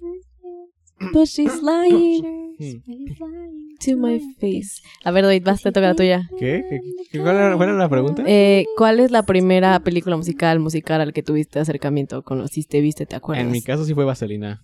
Hmm.
his pain,
But she's lying
his pain,
to my face. A ver, David, vas, te toca la tuya.
¿Qué? ¿Qué- qué- cuál era- cuál era la pregunta?
Eh, ¿Cuál es la primera película musical musical al que tuviste acercamiento? ¿Conociste, viste, te acuerdas?
En mi caso sí fue Vaselina.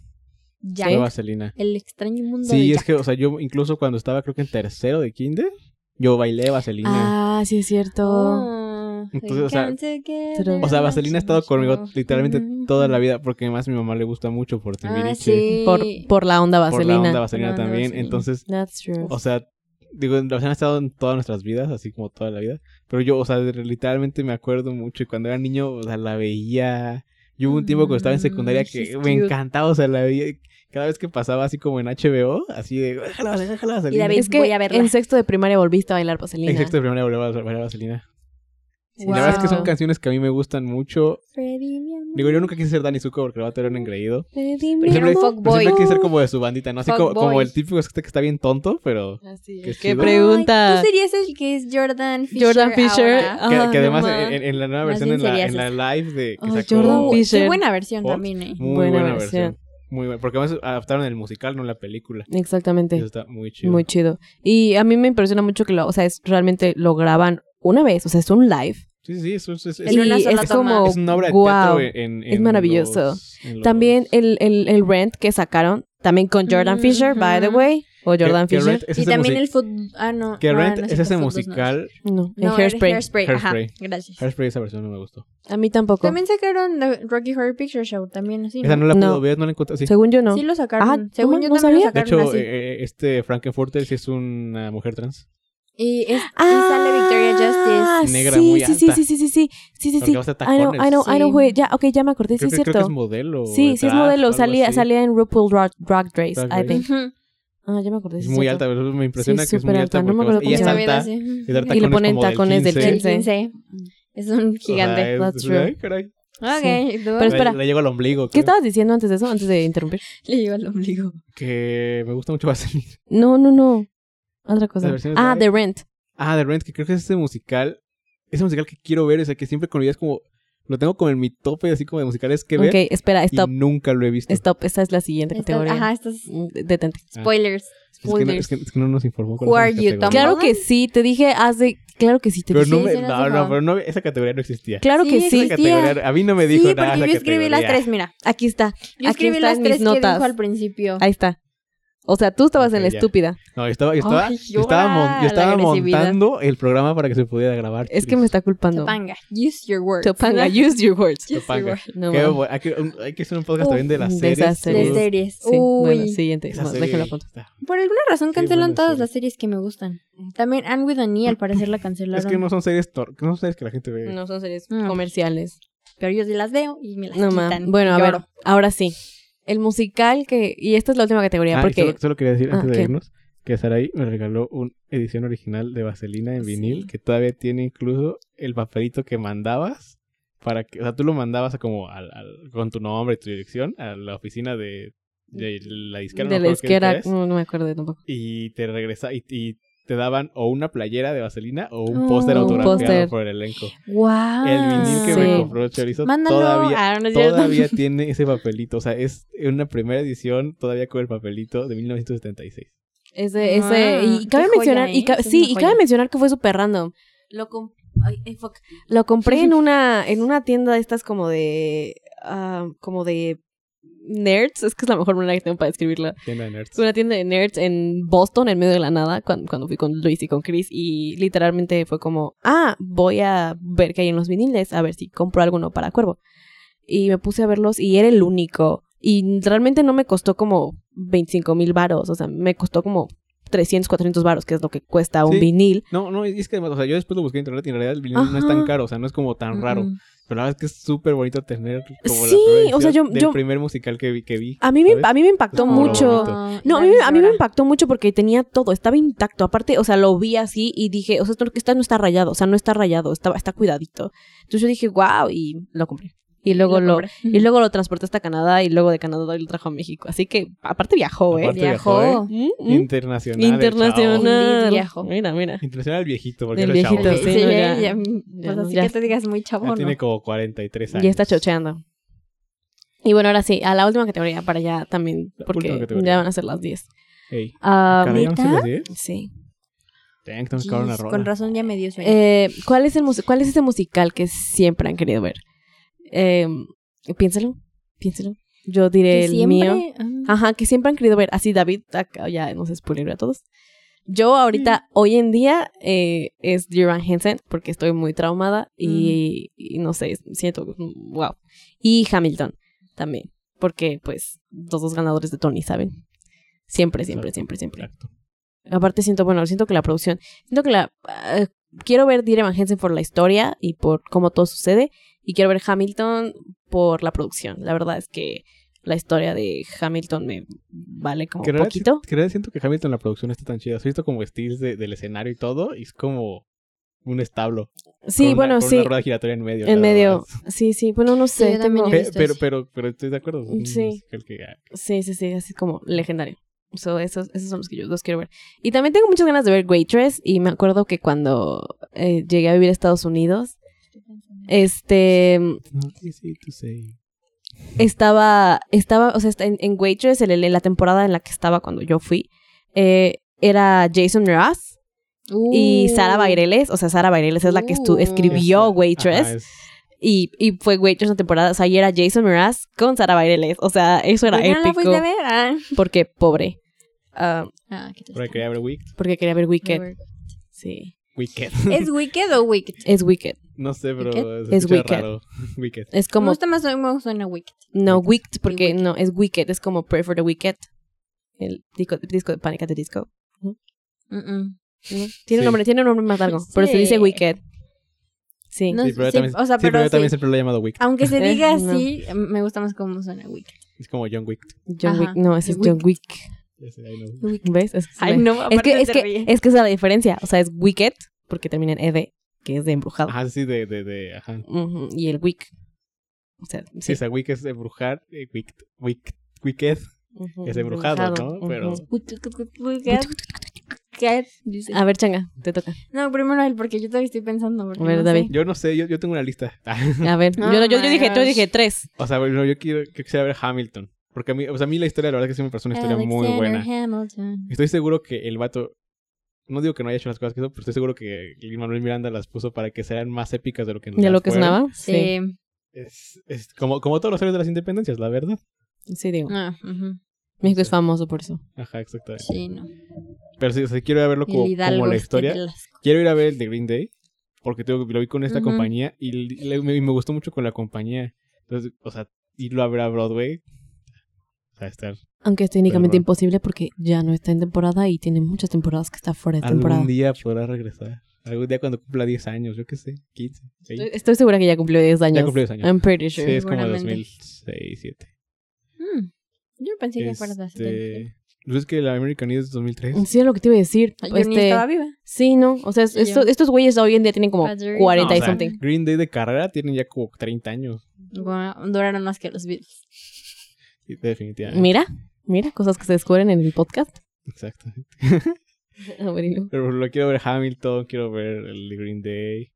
Jack,
Fue Vaselina.
el extraño mundo de
Sí, es
Jack.
que, o sea, yo incluso cuando estaba, creo que en tercero de kinder, yo bailé Vaselina.
Ah, sí es cierto.
Oh,
Entonces,
we
o sea,
come together
O sea, Vaselina ha estado conmigo literalmente
Ujú.
toda la vida, porque además a mi mamá le gusta mucho por
Ah,
Timbiriche,
sí.
Por, por la onda
por la
Ah, vaselina.
onda Vaselina
Por la onda
también.
Vaselina.
Entonces,
That's true.
O sea, digo, la han estado en todas nuestras vidas, así como toda la vida. Pero yo, o sea, de- literalmente me acuerdo mucho. Y cuando era niño, o sea, la veía. Yo hubo un tiempo cuando estaba en secundaria
Mm, she's
que
cute.
me encantaba, o sea, la veía. y Cada vez que pasaba así como en HBO, así de, déjala, Vaselina, déjala,
Y la
Vaselina.
veía
es que
voy a verla.
en sexto de primaria volviste a bailar vaselina.
En sexto de primaria volví a bailar Vaselina. Y
Wow.
la verdad es que son canciones que a mí me gustan mucho.
Freddy, mi amor.
Digo, yo nunca quise ser Danny Zuko porque lo va a tener un engreído.
Baby, mi
Pero siempre,
un
amor.
fuck-
pero siempre
fuckboy.
quise ser como de su bandita, ¿no? Así como,
Fuckboy.
como el típico este que está bien tonto, pero...
Así
Qué
es. Qué
chido.
pregunta.
Ay, ¿Tú serías el que es Jordan Fisher
Jordan Fisher.
ahora?
Ah,
Que,
no
que además
ma.
en, en- en la nueva
Más
versión,
bien
en la,
serías
en la live de... que
Ay,
sacó-
Jordan
Uh,
Fisher.
Qué buena versión
Oh,
también, ¿eh?
Muy
Buena
buena,
versión.
versión. Muy buena. Porque además adaptaron el musical, no la película.
Exactamente.
Eso está muy chido.
Muy chido. Y a mí me impresiona mucho que lo, o sea, es, realmente lo graban una vez, o sea, es un live.
Sí, sí, sí. Eso es, es,
En
es,
una
y
sola
es
toma.
como
es una obra de
wow.
teatro en, en-
Es
en
maravilloso.
los- en los-
También el, el, el rent que sacaron, también con Jordan
Mm,
Fisher, by the
ujú.
way, o
que-
Jordan
que
Fisher.
Rent es
y
ese
también
music-
el fútbol. Ah, no.
Que
no,
Rent
no
es
cierto, Footloose
ese
no.
musical.
No, el
No, era
Hairspray.
Hairspray. Ajá,
Hairspray.
gracias.
Hairspray, esa versión no me gustó.
A mí tampoco.
También sacaron The Rocky Horror Picture Show, también así. ¿no?
Esa no la puedo
No.
ver, no la encontré. Sí.
Según yo no.
Sí lo sacaron.
Ah,
Según
¿no?
yo
No
también
sabía.
lo
De
sacaron
hecho,
así.
eh, eh, este Frankenfurter sí es una mujer trans.
y, es,
Ah,
y sale Victoria Justice.
Negra,
sí,
muy
sí, sí,
alta.
sí, sí, sí, sí, sí, sí,
Porque
sí.
va a ser
I know, I know, I know
tacones.
who it- Ya, ok, ya me acordé, sí
Creo,
es
que, creo que es
cierto.
modelo.
Sí,
de
sí es
drag,
modelo,
algo
salía,
así.
salía en RuPaul Drag, Drag Race,
Drag
I
Race.
think.
Ujú.
Ah, ya me acordé.
Es
sí
muy
cierto.
alta, pero me impresiona
Sí,
que es muy
súper
alta.
alta, no me
porque
acuerdo
ella es
cómo se
alta,
llama.
y
Y
dar
le
tacones
ponen
como
tacones del
El
15.
15. Es un gigante.
O sea, es-
That's true.
ay, caray.
ok, duda.
Pero
Le-
espera.
Le, llego al ombligo.
¿Qué
creo.
estabas diciendo antes de eso, antes de interrumpir?
Le llegó al ombligo.
Que me gusta mucho [LAUGHS] Vaselina.
No, no, no. Otra cosa.
La versión
Ah,
drag.
The Rent.
Ah, The Rent, que creo que es ese musical. Ese musical que quiero ver, o sea, que siempre con ideas como. Lo tengo como en mi tope, así como de musicales que ver.
Ok, espera, stop,
Y nunca lo he visto.
stop. Esta es la siguiente
Estas-
categoría.
ajá, estos
Mm, de- Detente.
spoilers.
Ah. es, que no,
spoilers.
es que- es que no nos informó. cuáles
Who
son
are
las
you, Tom?
categorías.
Claro que sí, te dije hace. Claro que sí, te
Pero
dije.
no me.
sí nos
No,
dijo.
no, pero no, esa categoría no existía.
Claro
Sí,
que
esa
sí. ah,
Esa categoría, a mí no me dijo
sí,
nada.
porque yo
esa
escribí las
categoría.
tres, mira.
Aquí está.
Yo
Aquí
escribí
están
las
mis
tres que
notas.
dijo al principio.
Ahí está. O sea, tú estabas en la
Ok, ya.
estúpida.
No, yo estaba, yo estaba,
Ay,
yo estaba, mon-
llora
yo
la
estaba
agresividad.
montando el programa para que se pudiera grabar.
Es que me está culpando. [LAUGHS]
Topanga, use your words. [LAUGHS]
Topanga, use your words.
Use
Topanga.
your words.
No,
Qué
mames.
bueno. hay, que, un- hay que hacer un podcast
Uf,
también de las
de
series.
esas
De
series.
seguro.
series.
Sí, bueno,
Uy.
siguiente.
Esa
Más,
serie
déjalo apunto.
está-
Por alguna razón
Qué
cancelan
buena
todas
serie.
las series que me gustan. También Anne with an E, al parecer la cancelaron.
Es que no son series tor- no son series que la gente ve.
No son series
Mm.
comerciales.
Pero yo sí las veo y me las
Ah. No mames.
quitan.
Bueno, a ver,
Lloro.
ahora sí. El musical que. Y esta es la última categoría,
Ah, y
porque.
solo, solo quería decir
Ah,
antes de
¿qué?
irnos que Sarai me regaló una edición original de Vaselina en
Sí.
vinil que todavía tiene incluso el papelito que mandabas para que, o sea, tú lo mandabas a como al, al- con tu nombre y tu dirección a la oficina de, de la disquera, no
de
me
la
acuerdo qué disquera
izquierda.
es,
No, no me acuerdo tampoco.
y te regresa y, y te daban o una playera de Vaselina o un
Oh,
póster
un
autografiado
póster. Ah,
por el elenco.
Wow.
el vinil que
sí.
me compró Chorizo
Mándalo.
todavía
Ah, no es cierto.
todavía tiene ese papelito. O sea, es una primera edición todavía con el papelito de 1976.
Ese,
Ah,
ese. Y
qué
cabe
joya,
mencionar.
¿eh?
y ca-
Es
sí,
una
y cabe
joya.
mencionar que fue súper random. Lo, com- ay, ay, fuck. Lo compré
[LAUGHS]
en una, en una tienda de estas como de. ah, como de. Nerds, es que es la mejor manera que tengo para describirla.
Tienda de nerds.
una tienda de nerds en Boston, en medio de la nada, cuan- cuando, fui con Luis y con Chris. Y literalmente fue como, ah, voy a ver qué hay en los viniles, a ver si compro alguno para Cuervo. Y me puse a verlos y era el único. Y realmente no me costó como 25 mil varos, o sea, me costó como 300, 400 varos, que es lo que cuesta un
Sí.
vinil.
No, no, y es que además, o sea, yo después lo busqué en internet y en realidad el vinil no es tan
Ajá.
caro, o sea, no es como tan raro.
Mm.
Pero la verdad es que es súper bonito tener como
Sí,
la primera
o sea,
edición
yo-
del
yo- Ah,
primer musical que vi. Que vi
A mí me,
¿sabes?
a mí me impactó
Es como lo
mucho.
bonito.
No, a
David
mí, a mí me
llora.
impactó mucho porque tenía todo, estaba intacto. Aparte, o sea, lo vi así y dije, o sea, esto, esto no está rayado, o sea, no está rayado, está, está cuidadito. Entonces yo dije, wow, y lo compré. Y luego lo,
compré.
y luego lo transporté hasta Canadá y luego de Canadá lo trajo a México. Así que, aparte viajó, ¿eh?
Aparte
viajó.
viajó,
Mm, mm.
Internacional. el chavo.
Internacional.
Indeed, viajó.
Mira, mira.
Internacional viejito, porque
El
era chavo.
viejito,
Sí,
sí,
sí,
no,
ya,
ya-
ya,
ya
pues
no,
así
ya.
que te digas muy
Ya
chabón.
Ah, tiene como 43 años.
Ya está chocheando. Y bueno, ahora sí, a la última categoría para ya también,
La última
porque
categoría.
ya van a ser las 10.
Ey,
Ah,
caray, vamos a
¿neta?
decir.
sí.
Tengo que tocar una rola.
con razón ya me dio sueño.
Eh, ¿cuál, es el mus- ¿Cuál es ese musical que siempre han querido ver? Eh, piénsalo, piénsalo. Yo diré
Que
el
siempre-
mío.
Ah,
Ajá, que siempre han querido ver. Así David, acá ya nos spoiler a todos. Yo ahorita, hoy en día, eh, es Duran Hansen, porque estoy muy traumada y, y no sé, siento, wow. Y Hamilton también, porque pues los dos ganadores de Tony, ¿saben? Siempre, siempre,
Exacto,
siempre, siempre.
Exacto.
Aparte siento, bueno, siento que la producción, siento que la... eh, quiero ver Dear Evan Hansen por la historia y por cómo todo sucede. Y quiero ver Hamilton por la producción. La verdad es que la historia de Hamilton me vale como
Que en realidad
poquito.
si- que en realidad siento que Hamilton la producción está tan chida. Has visto como estilos de- del escenario y todo, y es como un establo.
Sí,
con una-
bueno,
con
sí.
Una rueda giratoria en medio.
En
nada
medio. [LAUGHS]
más.
Sí, sí. Bueno, no sé.
yo también
tengo-
he
Pe-
visto
pero,
eso.
pero, pero estoy de acuerdo. es un
Sí.
musical que- ah,
Sí, sí, sí. Así como legendario. So, esos, esos son los que yo los quiero ver. Y también tengo muchas ganas de ver Waitress. Y me acuerdo que cuando eh, llegué a vivir a Estados Unidos, este...
not easy to say.
estaba, estaba, o sea, está en, en Waitress, el- el- la temporada en la que estaba cuando yo fui, eh, era Jason Ross y
Uh.
Sara Baireles, o sea, Sara Baireles es la que estu-
Uh.
escribió
Esa-
Waitress
Este, ajá, es-
y, y fue Waitress una temporada, o sea, y era Jason Ross con Sara Baireles, o sea, eso era
Pues no la
épico,
fuiste a ver. Ah,
porque pobre, Ah,
Ah, qué triste.
Por ahí quería ver Wicked.
porque quería ver Wicked,
Muy
sí,
Wicked.
bueno. [LAUGHS] ¿Es Wicked o Wicked?
es Wicked,
No sé, pero
Wicked.
se
Es
escucha
Wicked.
raro. [LAUGHS] Wicked.
es
Me
como,
gusta más me suena Wicked.
no,
Wicked.
Wicked, porque no, es Wicked, es como Pray for the Wicked, el disco, disco de Panic! at the Disco.
Mm-mm.
¿no? Tiene un
Sí.
nombre, tiene un nombre más largo, pero se dice
Sí.
Wicked. Sí.
No,
sí, pero yo
sí,
también,
o sea,
sí,
pero
pero yo
sí.
también siempre lo he llamado Wicked.
Aunque se
[LAUGHS] Eh,
diga
no.
así, me gusta más cómo suena Wicked.
Es como John Wick.
John
Ajá.
Wick. No, ese es
Wick.
John Wick.
Ya sé, ahí no-
Wicked.
¿Ves? Es que, se me-
no,
es, que, es, que, es que esa es la diferencia. O sea, es Wicked, porque termina en ED, que es de embrujado.
Ajá, sí, de, de, de, ajá.
Ujú, Y el Wick. O sea,
Sí,
sí.
esa Wicked es de brujar, eh, Wicked, Wicked, Wicked.
Ujú,
es embrujado, ¿no?
ujú.
Pero-
Dice.
A ver, Changa, te toca.
No, primero él, porque yo todavía estoy pensando. porque
Ah. A ver,
no
David.
sé.
Yo no sé, yo, yo tengo una lista. [LAUGHS]
A ver,
Oh
yo, no- yo, yo
my
dije, yo
gosh.
dije tres.
o sea, bueno, yo quiero, yo quisiera ver Hamilton. Porque a mí, o sea, a mí la historia, la verdad que sí me parece una historia muy
Ah, Alexander
buena.
Hamilton.
Estoy seguro que el vato. No digo que no haya hecho las cosas que hizo, pero estoy seguro que Manuel Miranda las puso para que sean más épicas de lo que en
¿Ya lo
realidad
que
fueron.
sonaba?
Sí.
Es, es como, como todos los héroes de las independencias, la verdad.
Sí, digo.
Ah, ujú.
México es famoso por eso.
Ajá, exactamente.
Sí, no.
Pero sí, o sea, quiero ir a verlo
El
como,
Hidalgo
como la
este
historia.
Velasco.
Quiero ir a ver el de Green Day, porque tengo, lo vi con esta
Ujú.
compañía y le- me, me gustó mucho con la compañía. Entonces, o sea, irlo a ver a Broadway. O sea, estar
Aunque es técnicamente
Pero-
imposible porque ya no está en temporada y tiene muchas temporadas que está fuera de temporada.
Algún día podrá regresar. Algún día cuando cumpla 10 años, yo qué sé, 15, 20.
Estoy, estoy segura que ya cumplió 10 años.
cumplió 10 años.
I'm pretty
Sí,
sure.
es como
seguramente.
2006, 2007.
Mm. Yo pensé que fuera de hace tiempo.
Este, pues es que la American Idol es 2003.
Sí, es lo que te iba a decir.
Ay, Yo ni
Este,
estaba viva.
sí, no. O sea, es-
Yo-
esto- estos güeyes hoy en día tienen como
Padre.
40 y
No, o sea,
something.
Green Day de carrera tienen ya como 30 años,
Guau, duraron más que los Beatles.
y- definitivamente.
Mira, mira, cosas que se descubren en el podcast.
Exacto.
[LAUGHS] Abrilo.
Pero lo quiero ver Hamilton, quiero ver el de Green Day,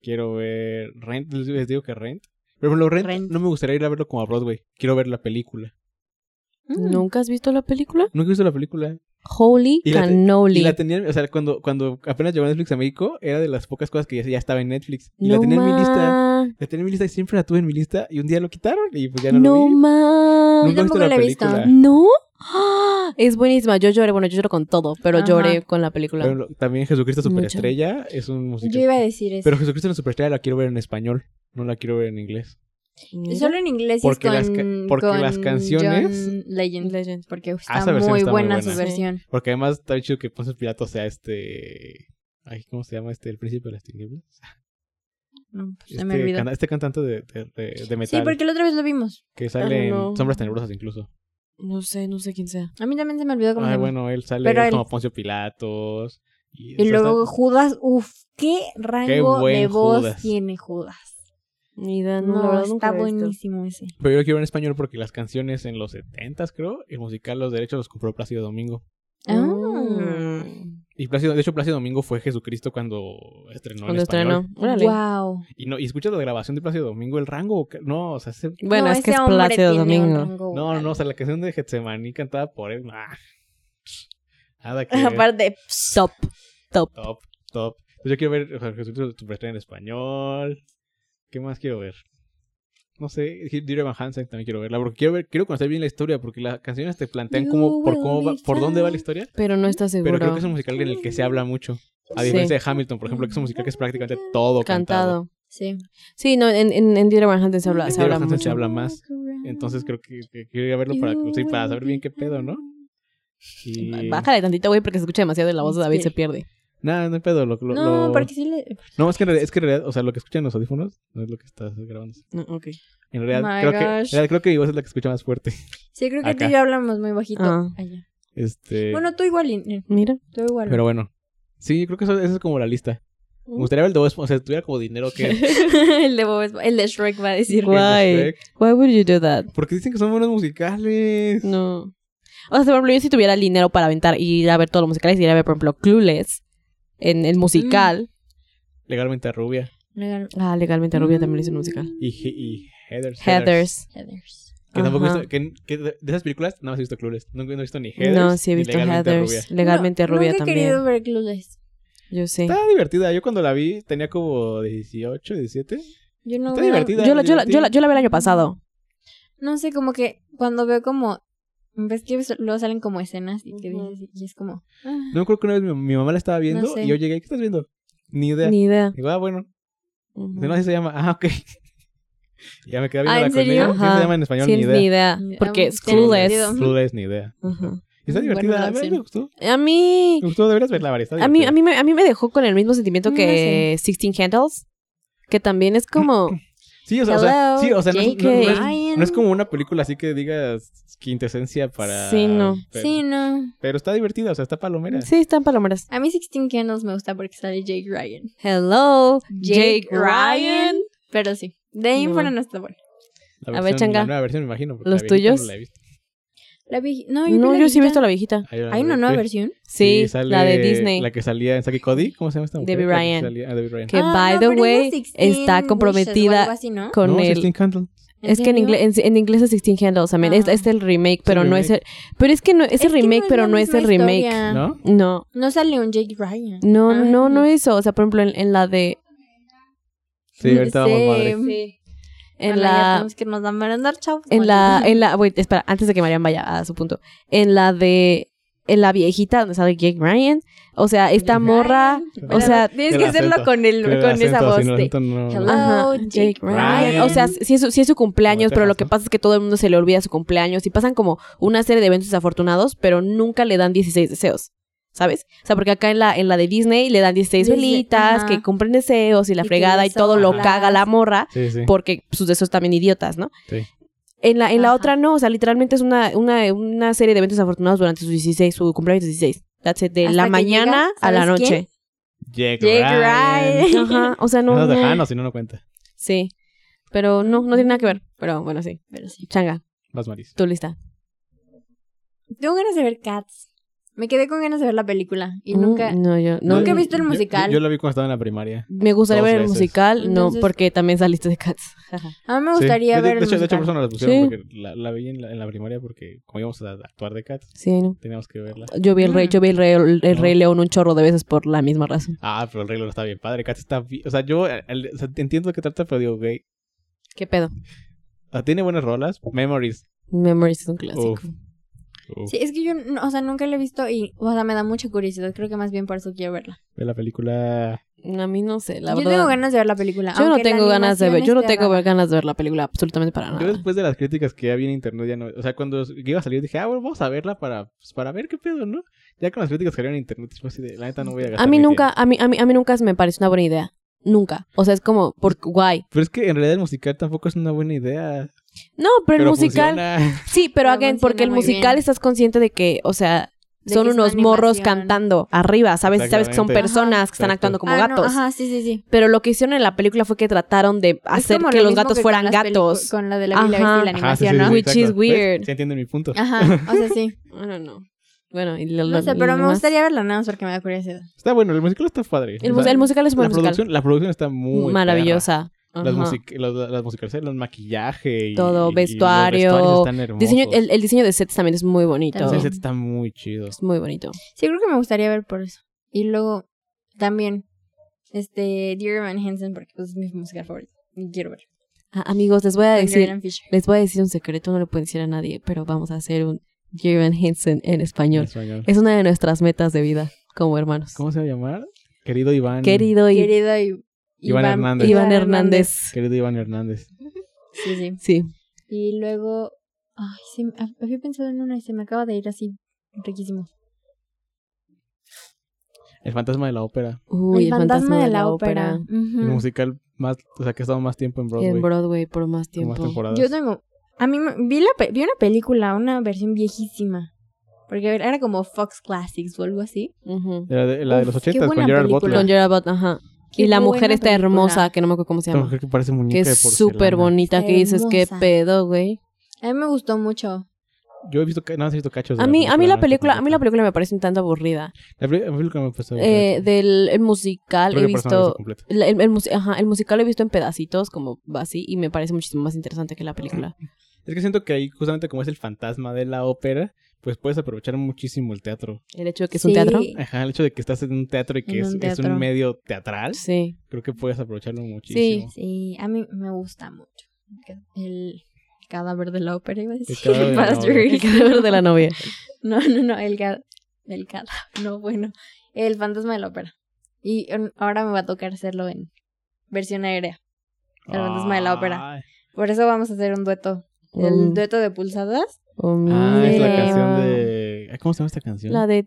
quiero ver Rent, les- les digo que Rent. Pero por ejemplo, Rent,
Rent.
no me gustaría ir a verlo como a Broadway. Quiero ver la película.
Mm.
¿Nunca has visto la película?
Nunca he visto la película.
Holy
Y la te-
cannoli.
Y la tenían, o sea, cuando, cuando apenas llegó Netflix a México, era de las pocas cosas que ya, ya estaba en Netflix. Y la
No
tenía en mi lista.
ma.
La tenía en mi lista y siempre la tuve en mi lista. Y un día lo quitaron y pues ya no, lo
No
vi.
ma.
Nunca he visto
tampoco
la
la he visto.
película.
¿No? [GASPS] ¡Ah! Es buenísima. Yo lloré, bueno, yo lloro con todo, pero
Ajá.
lloré con la película.
Pero lo- también Jesucristo
Mucho.
Superestrella es un musical.
Yo iba a decir eso.
Pero Jesucristo en Superestrella la quiero ver en español. No la quiero ver en inglés.
Mira.
Solo en inglés y es
Porque
con,
las ca- porque
con
las canciones-
John Legend.
Legend.
Porque está,
Ah, esa versión
muy,
está muy
buena
buena.
su versión.
Porque además está chido que Ponce Pilato sea este. Ay, ¿cómo se llama este? El príncipe de las tinieblas.
No, pues, se me
Este,
olvidó.
canta- este cantante de, de, de- de metal
Sí, porque la otra vez lo vimos.
que sale
Ah, no.
en Sombras Tenebrosas incluso.
No sé, no sé quién sea.
A mí también se me olvidó cómo se
Ay,
llama.
bueno, él sale
Pero él-
como Poncio Pilatos. o
Y
sea,
luego
está-
Judas, uff, qué rango
buen
de voz
Judas.
tiene Judas.
Mira, no, la
No,
verdad nunca
está
la he visto.
buenísimo ese.
Pero yo lo quiero ver en español porque las canciones en los 70s, creo, el musical, los derechos los compró Plácido Domingo.
Ah.
Mm.
Y Plácido, de hecho, Plácido Domingo fue Jesucristo cuando estrenó en
Cuando
español.
estrenó. Órale.
Wow.
Y no, y escuchas la grabación de Plácido Domingo, el rango vocal- No, o sea, ese-
Bueno,
No,
es que es
ese hombre
Plácido
tiene un [LAUGHS]
Domingo.
rango
No,
vocal.
no, o sea, la canción de Getsemaní cantada por él. nah.
[LAUGHS]
Nada que ver.
Aparte,
Top. Top.
Top, top. Entonces yo quiero ver o sea, Jesucristo Superestrella en español. ¿Qué más quiero ver? No sé, Dear Evan Hansen también quiero verla, porque quiero ver, quiero conocer bien la historia, porque las canciones te plantean
You
cómo, por
will
cómo va-
be
por dónde va la
found.
historia,
Pero no está seguro.
pero creo que es un musical en el que se habla mucho. A
Sí.
diferencia de Hamilton, por ejemplo, que es un musical que es prácticamente todo cantado.
Cantado.
sí.
Sí, no, en, en, en Dear Evan Hunter se habla,
En
se
Dear
habla
Evan Hansen Este se
mucho.
habla más. Entonces creo que, que quiero ir a verlo para, sí, para saber bien qué pedo, ¿no? Y...
Bájale tantito, güey, porque se escucha demasiado y la voz de David se pierde.
Nada, no hay pedo. Lo, lo-
no,
lo-
porque sí le.
No, es que, en realidad, es que en realidad, o sea, lo que escuchan los audífonos no es lo que estás grabando.
No, ok.
En realidad,
My
creo que, en
gosh.
realidad creo que mi voz es la que escucha más fuerte.
Sí, creo que
Acá.
tú y yo hablamos muy bajito
Ah.
allá.
Este,
Bueno, tú igual, Ine,
Mira.
tú igual.
pero bueno. Sí, creo que eso, esa es como la lista.
Mm.
Me gustaría ver el de Bob Esponja, O sea, si tuviera como dinero
[LAUGHS]
que...
[LAUGHS] el, de Bob Espo- el de Shrek va a decir.
Why? Why would you do that?
Porque dicen que son buenos musicales.
No. O sea, por ejemplo, yo si tuviera el dinero para aventar y ir a ver todos los musicales, iría a ver, por ejemplo, Clueless en el musical.
Legalmente Rubia.
Legal.
Ah, legalmente Rubia también le hizo un musical.
Y, He- y Heathers.
Heathers.
Heathers.
Que tampoco he
Ajá.
visto... Que, que de de esas películas no he visto Clueless. No, no he visto ni Heathers
No, sí he
ni
visto
Legalmente
Heathers.
Rubia.
Legalmente
No,
Rubia
nunca
también.
he querido ver Clueless.
Yo sé.
Está divertida. Yo cuando la vi tenía como 18, 17.
Yo no
Está
veo-
divertida.
Yo la, yo, la, yo, la,
divertida.
yo la vi el año pasado.
No sé, como que cuando veo como. ¿Ves que luego salen como escenas y que
Ujú.
dices? Y es como. "Ah,
No creo que una vez mi, mi mamá la estaba viendo
sé.
y yo llegué, ¿qué estás viendo? Ni idea.
Ni idea.
Digo, ah, bueno,
Ujú.
no así se llama. Ah, ok. [LAUGHS] Y ya me quedé viendo
Ah,
la
¿en serio?
conmigo. ¿Qué se
Ajá.
llama en español?
Sí,
ni idea.
ni idea.
Ni idea.
Porque es
Sí, tiene
Clueless.
sentido.
Clueless, ni idea.
Ajá.
Y
Buena
está divertida.
la
a mí
opción.
me gustó.
A mí.
Me gustó, deberías verla, Vare, está
A mí,
divertida.
a, mí me, a mí me dejó con el mismo sentimiento
Mm, No
que Sixteen Candles. Que también es como.
Sí, o sea, o sea,
Hello,
sí, o sea no, es-
J.K.
no- no es,
Ryan.
no es como una película así que digas quintesencia para...
Sí, no.
Pero,
Sí, no.
pero está divertida, o sea, está palomera.
Sí, están palomeras.
A mí 16 Candles me gusta porque sale Jake Ryan.
Hello,
Jake Ryan. Pero sí, de ahí en
No.
fuera no está bueno.
La
A ver,
versión-
changa.
La nueva versión, me imagino. porque
¿Los
la viejita
tuyos?
No, la he visto.
La vieji- No, yo,
No,
vi la
yo sí he
viejita.
visto a la viejita.
Ahí la-
Hay una nueva
sí.
versión.
Sí,
sale
la de Disney.
La que salía en Saki Cody. ¿Cómo se llama esta mujer?
Debbie
La que
Ryan.
salía- ah, Debbie Ryan.
Que,
Ah,
by
no,
the
pero es
way,
16
está
Wishes o
comprometida
algo así, ¿no?
Con
no,
el.
16 Candles.
¿En
Es que en
serio?
inglés, en, en inglés es Sixteen Candles también. Es,
Ah.
es el remake, pero
el
no es el. Pero es que no, es el
que
remake,
es
pero
la
no es el
misma
remake.
historia.
¿No?
No,
No sale un Jake Ryan.
no, no, no
Ay.
eso. O sea, por ejemplo, en, en la de.
Sí, ahorita vamos madre.
Sí.
En
Bueno, ya
la
tenemos que nos dan merendar, chao.
en la,
Bueno.
en la, wait, espera, antes de que Marian vaya a su punto, en la de, en la viejita donde sale Jake Ryan, o sea, esta
Jake
morra, o
Pero
sea,
tienes
el
que hacerlo
acento,
con el
Pero el
con esa
acento,
voz.
si no,
de-
acento no-
Hello.
ajá,
Jake Ryan.
O sea, si es, su- sí es su cumpleaños,
Como
pero lo
Texas,
que
¿no?
pasa es que todo el mundo se le olvida su cumpleaños y pasan como una serie de eventos desafortunados, pero nunca le dan 16 deseos. ¿Sabes? O sea, porque acá en la, en la de Disney le dan 16
Dice-
velitas,
ajá.
que cumplen deseos y
Y
la
que
fregada y
les
todo lo
soplas.
caga la morra
Sí, sí.
porque pues, sus deseos también idiotas, ¿no?
Sí.
En la, en la
Ajá.
otra no, o sea, literalmente es una, una, una serie de eventos afortunados durante sus 16, su cumpleaños 16. That's it, de
Hasta
la
que
mañana
llega,
a la
¿sabes
noche.
Jake,
Jake
Ryan.
[LAUGHS] Ryan.
Ajá, o sea,
No,
no.
es de
no
Jano, si no, no cuenta.
sí, pero no, no tiene nada que ver. Pero bueno, sí.
Pero sí.
Changa,
Vas, Maris.
tú lista.
Tengo ganas de ver Cats. Me quedé con ganas de ver la película y
Mm,
nunca
No, yo. No,
nunca he
yo-
visto el
yo-
musical.
Yo, la vi cuando estaba en la primaria.
Me gustaría
dos
ver el
veces.
musical, no,
Entonces-
porque también saliste de Cats.
a mí me
Sí.
gustaría
De- de,
ver
de
el
hecho, de hecho, por eso
musical.
no la pusieron,
Sí.
porque la, la vi en la, en la primaria porque como íbamos a actuar de Cats,
sí, no.
teníamos que verla.
Yo vi el rey,
Mm.
yo vi el rey, el, el
No.
rey León un chorro de veces por la misma razón.
Ah, pero el rey León está bien padre. Cats está bien. O sea, yo eh, el- o sea, entiendo de qué trata, pero digo, güey.
¿Qué pedo?
o sea, tiene buenas rolas. Memories.
Memories es un clásico.
Uf. Uf,
Sí, es que yo, no- o sea, nunca la he visto y, o sea, me da mucha curiosidad. Creo que más bien por eso quiero verla.
Ve la película.
A mí no sé, la
yo
verdad.
tengo ganas de ver la película.
Yo no
aunque la
tengo ganas de ver, yo no
animación
tengo
esté rara.
ganas de ver la película absolutamente para
Yo
nada.
después de las críticas que había en internet, ya no. O sea, cuando es- que iba a salir, dije, ah, bueno, vamos a verla para, pues, para ver qué pedo, ¿no? Ya con las críticas que había en internet, después así de, la neta no voy a gastar.
A mí
mi
nunca,
tiempo".
a mí, a mí, a mí nunca me pareció una buena idea. Nunca. O sea, es como, por guay.
Pero es que en realidad el musical tampoco es una buena idea.
No, pero, el musical.
funciona.
Sí, pero
Pero
again, porque el
funciona muy
musical
bien.
estás consciente de que, o sea,
De
son
que es una
unos morros
animación.
cantando arriba, ¿sabes? Y Sabes que son
Exactamente.
personas que están
Exacto.
actuando como
Ah, no,
gatos.
ajá, sí, sí, sí.
pero lo que hicieron en la película fue que trataron de
Es
hacer
como
que
lo
los
mismo
gatos
con
fueran
las pelicu-
gatos.
Con la de la Bella y
Ajá.
la
Ajá, sí,
animación,
sí, sí,
¿no?
Which is
exacto. ¿Ves?
weird.
Sí entienden mi punto.
Ajá, o sea,
[LAUGHS]
sí.
Bueno, no. Bueno, y lo-
No
lo-
sé, pero
lo
me
más-
gustaría verla nada más porque me da curiosidad.
Está bueno, el musical está padre.
El,
O
mus-
sea,
el musical es un
la
buen musical.
producción, la producción está muy
Maravillosa.
perra. Las,
Ajá.
music- los- las musicalizaciones, el maquillaje y
Todo,
y
vestuario,
los vestuarios están hermosos.
Diseño, el, el diseño de sets también es muy bonito.
Ese
También.
set está muy chido.
Es muy bonito.
Sí, creo que me gustaría ver por eso. Y luego también, este, Dear Evan Hansen, porque pues, es mi música favorita. Y quiero ver.
Ah, amigos, les voy a
Con
decir,
Jordan Fisher.
les voy a decir un secreto, no lo pueden decir a nadie, pero vamos a hacer un Jerry Van Henson en
En
español.
español.
Es una de nuestras metas de vida como hermanos.
¿Cómo se va a llamar? Querido Iván.
Querido, y-
Querido y,
Iván Hernández.
Iván Hernández.
Querido Iván Hernández.
Sí, sí.
Sí.
Y luego, ay, se me- ah, había pensado en una y se me acaba de ir así, riquísimo.
El fantasma de la ópera.
Uy, el, fantasma, de la, ópera.
Ujú.
El musical más, o sea, que ha estado más tiempo en Broadway.
En Broadway por más
con
tiempo.
Más temporadas.
Yo tengo, a mí me- vi, la, pe- vi una película, una versión viejísima. Porque era como Fox Classics o algo así.
Ujú.
La de, la de
Uf,
los
qué
80 con
buena
Gerard
película.
Butler.
Con Gerard Butler, ajá.
Qué
y la
buena
mujer está
película.
hermosa, que no me acuerdo cómo se
Esta
llama.
mujer que parece muñeca
Que
de
es
porcelana.
súper bonita, que dices, qué
Hermosa.
pedo, güey.
A mí me gustó mucho.
Yo he visto, ca- nada más he visto cachos. de
A mí, a mí la película,
no
a
he
mí
visto
la película me parece un tanto aburrida.
La peli- la película me ha puesto
Eh, del el musical
Creo
he
que por eso no la he
visto,
completa.
la- el, el mus- ajá, el musical lo he visto en pedacitos, como así, y me parece muchísimo más interesante que la película.
Es que siento que ahí, justamente como es el fantasma de la ópera, pues puedes aprovechar muchísimo el teatro.
El hecho de que es
Sí.
un teatro.
Ajá, el hecho de que estás en un teatro y que
En
es es
un
un,
teatro.
medio teatral,
Sí.
creo que puedes aprovecharlo muchísimo.
Sí, a mí me gusta mucho. El cadáver de la ópera, iba a decir.
cadáver de la
Pastor
ópera.
El [LAUGHS] cadáver de la novia.
[LAUGHS] No, no, no, el, ca- el cadáver. No, bueno. El fantasma de la ópera. Y en- ahora me va a tocar hacerlo en versión aérea. El fantasma de la ópera.
Ay.
Por eso vamos a hacer un dueto.
Mm.
El dueto de pulsadas.
Oh,
Ah, es la
Sí.
mira.
canción de. Ay, ¿Cómo se llama esta canción?
La de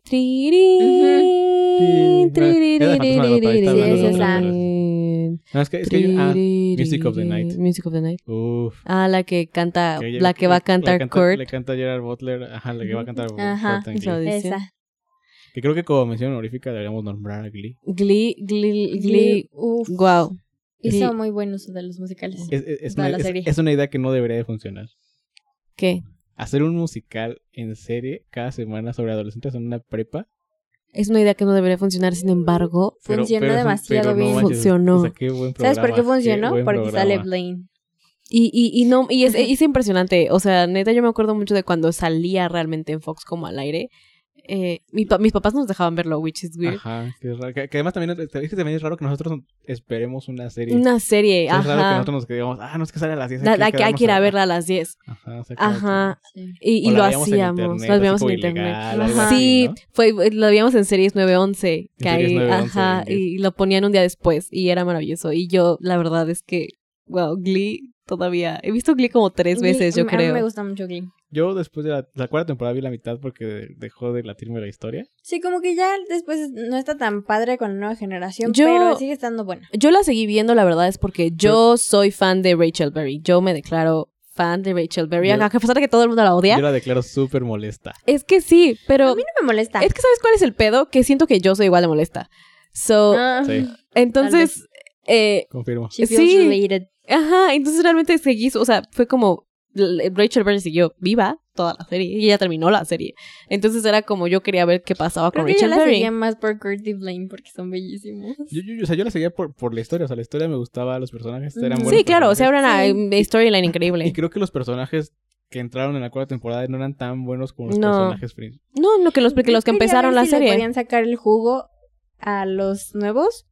Triri.
Ujú. Sí, era Fantasma de Ópera, ahí está
Sí, hablando es de esa.
óperas. No, es que, es que hay- ah, Music of the Night.
Music of the Night.
Uf.
Ah, la que canta,
Que-
la que va a cantar
la canta-
Kurt.
Le canta Gerard Butler. Ajá, la que va a cantar
Ajá.
Kurt and
Eso
Glee.
dice.
Esa.
Que creo que como mención honorífica deberíamos nombrar a Glee.
Glee, Glee, Glee.
Uf,
Wow.
Hizo muy buen uso de los musicales.
Es, es- es
Toda la
una, es-
serie.
es una idea que no debería de funcionar.
¿Qué?
Hacer un musical en serie cada semana sobre adolescentes en una prepa.
Es una idea que no debería funcionar, sin embargo.
pero-
Funciona
pero es un-
demasiado
pero no
bien.
manches,
Funcionó.
o sea, qué buen
¿Sabes por
programa,
qué funcionó?
buen
Porque
programa.
sale Blaine.
Y, y, y no, y es, es impresionante. O sea, neta, yo me acuerdo mucho de cuando salía realmente en Fox como al aire. eh, mi pa- mis papás nos dejaban verlo, which is weird.
Ajá, que, es raro. que, que además también es, es que también es raro que nosotros esperemos una serie.
Una serie,
O sea, es raro que
ajá.
nosotros nos quedemos, ah, no es que sale a las 10.
La, la que hay
quedamos
que ir a
ver".
verla a las 10.
Ajá, o sea, como
Ajá.
Sí.
que-
Y, y
o la
lo
veíamos en
hacíamos.
internet,
Las
así
veíamos en
como
internet.
ilegal, algo
Ajá.
así,
Sí,
¿no?
fue, lo veíamos en series 911. Que
En series
ahí,
911,
ajá,
bien,
y lo ponían un día después y era maravilloso. Y yo, la verdad es que, wow, Glee todavía. He visto Glee como tres veces,
Glee,
yo
Mm, a mí me
creo.
gusta mucho Glee.
Yo después de la, la cuarta temporada vi la mitad porque dejó de latirme la historia.
Sí, como que ya después no está tan padre con la nueva generación,
Yo-
pero sigue estando buena.
Yo la seguí viendo, la verdad es porque yo soy fan de Rachel Berry. Yo me declaro fan de Rachel Berry.
Yo-
A pesar de que todo el mundo la
Yo
odia.
la declaro súper molesta.
Es que sí, pero.
a mí no me molesta.
Es que ¿sabes cuál es el pedo? Que siento que yo soy igual de molesta. So,
Ah,
Sí,
entonces, eh,
confirmo.
she feels
sí.
related.
ajá, entonces realmente seguí, su- o sea, fue como l- eh, Rachel Berry siguió viva toda la serie y ella terminó la serie. Entonces era como yo quería ver qué pasaba
Creo
con
que yo
Rachel
la
Berry.
seguía más por Kurt y Blaine porque son bellísimos.
Yo, yo- yo- o sea, yo la seguía por, por la historia. O sea, la historia me gustaba, los personajes eran
Ujú.
buenos.
Sí, claro, o sea,
personajes.
era una
Sí.
eh, storyline increíble.
Y creo que los personajes que entraron en la cuarta temporada no eran tan buenos como los
No.
personajes principales.
No, no, que los, que
Yo
los que
quería
empezaron
ver
la
si le
serie.
podían sacar el jugo a los nuevos,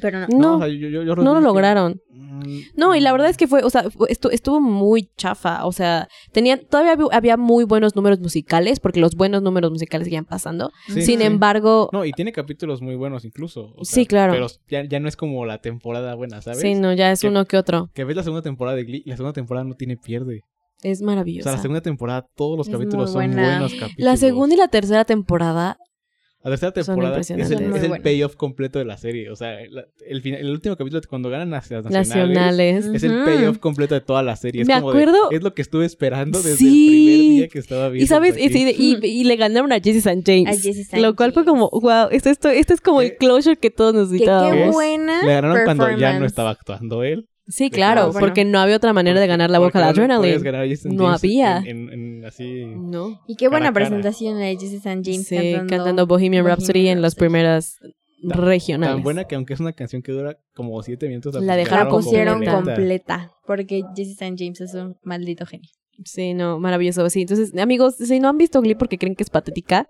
pero no.
No,
No,
o sea, yo, yo- yo los
no lo
vi y dije,
lograron.
"Mm,
No, y la verdad es que fue, o sea, fu- estu- estuvo muy chafa, o sea, tenían, todavía hab- había muy buenos números musicales, porque los buenos números musicales seguían pasando.
Sí,
Sin
sí.
embargo,
No, y tiene capítulos muy buenos incluso. o sea,
Sí, claro.
Pero ya, ya no es como la temporada buena, ¿sabes?
sí, no, ya es
Que-
uno que otro.
Que ves la segunda temporada de Glee y la segunda temporada no tiene pierde.
Es
O
maravilloso.
sea, la segunda temporada, todos los
Es muy
capítulos son
buena.
buenos capítulos.
y la tercera temporada,
La tercera temporada es el,
impresionantes.
Son muy
es el
buenas.
payoff completo de la serie. O sea, la- el, final- el último capítulo, cuando ganan las las nacionales,
nacionales.
es el
Ujú.
payoff completo de toda la serie. Es
Me
como de,
acuerdo-
es lo que estuve esperando desde el
Sí.
primer día que estaba viendo.
Y sabes, y,
aquí.
y-
[LAUGHS]
y- y le ganaron a Jesse St.
A
James.
Jesse St.
Lo cual fue
James.
como, wow, esto, esto, esto es como el
Que-
closure que todos
Que qué
necesitábamos.
¿Ves?
buena
le ganaron cuando ya no
performance.
estaba actuando él.
Sí,
que-
claro,
Bueno.
porque no había otra manera de
Porque-
ganar la
porque
boca de
no le puedes
adrenaline.
ganar a Jason
No
James
había.
En, en- en así.
No.
Y qué
Cara
buena
a cara.
presentación la de Jesse St. James
Sí,
cantando,
cantando, Bohemian
Bohemian
Rhapsody en las
Rhapsody.
primeras
tan
regionales.
Tan buena que aunque es una canción que dura como 7 minutos.
La
La
dejaron
como
pusieron
completa.
completa porque Jesse St. James es un maldito genio.
Sí, no, maravilloso. Sí, entonces, amigos, si no han visto Glee porque creen que es patética,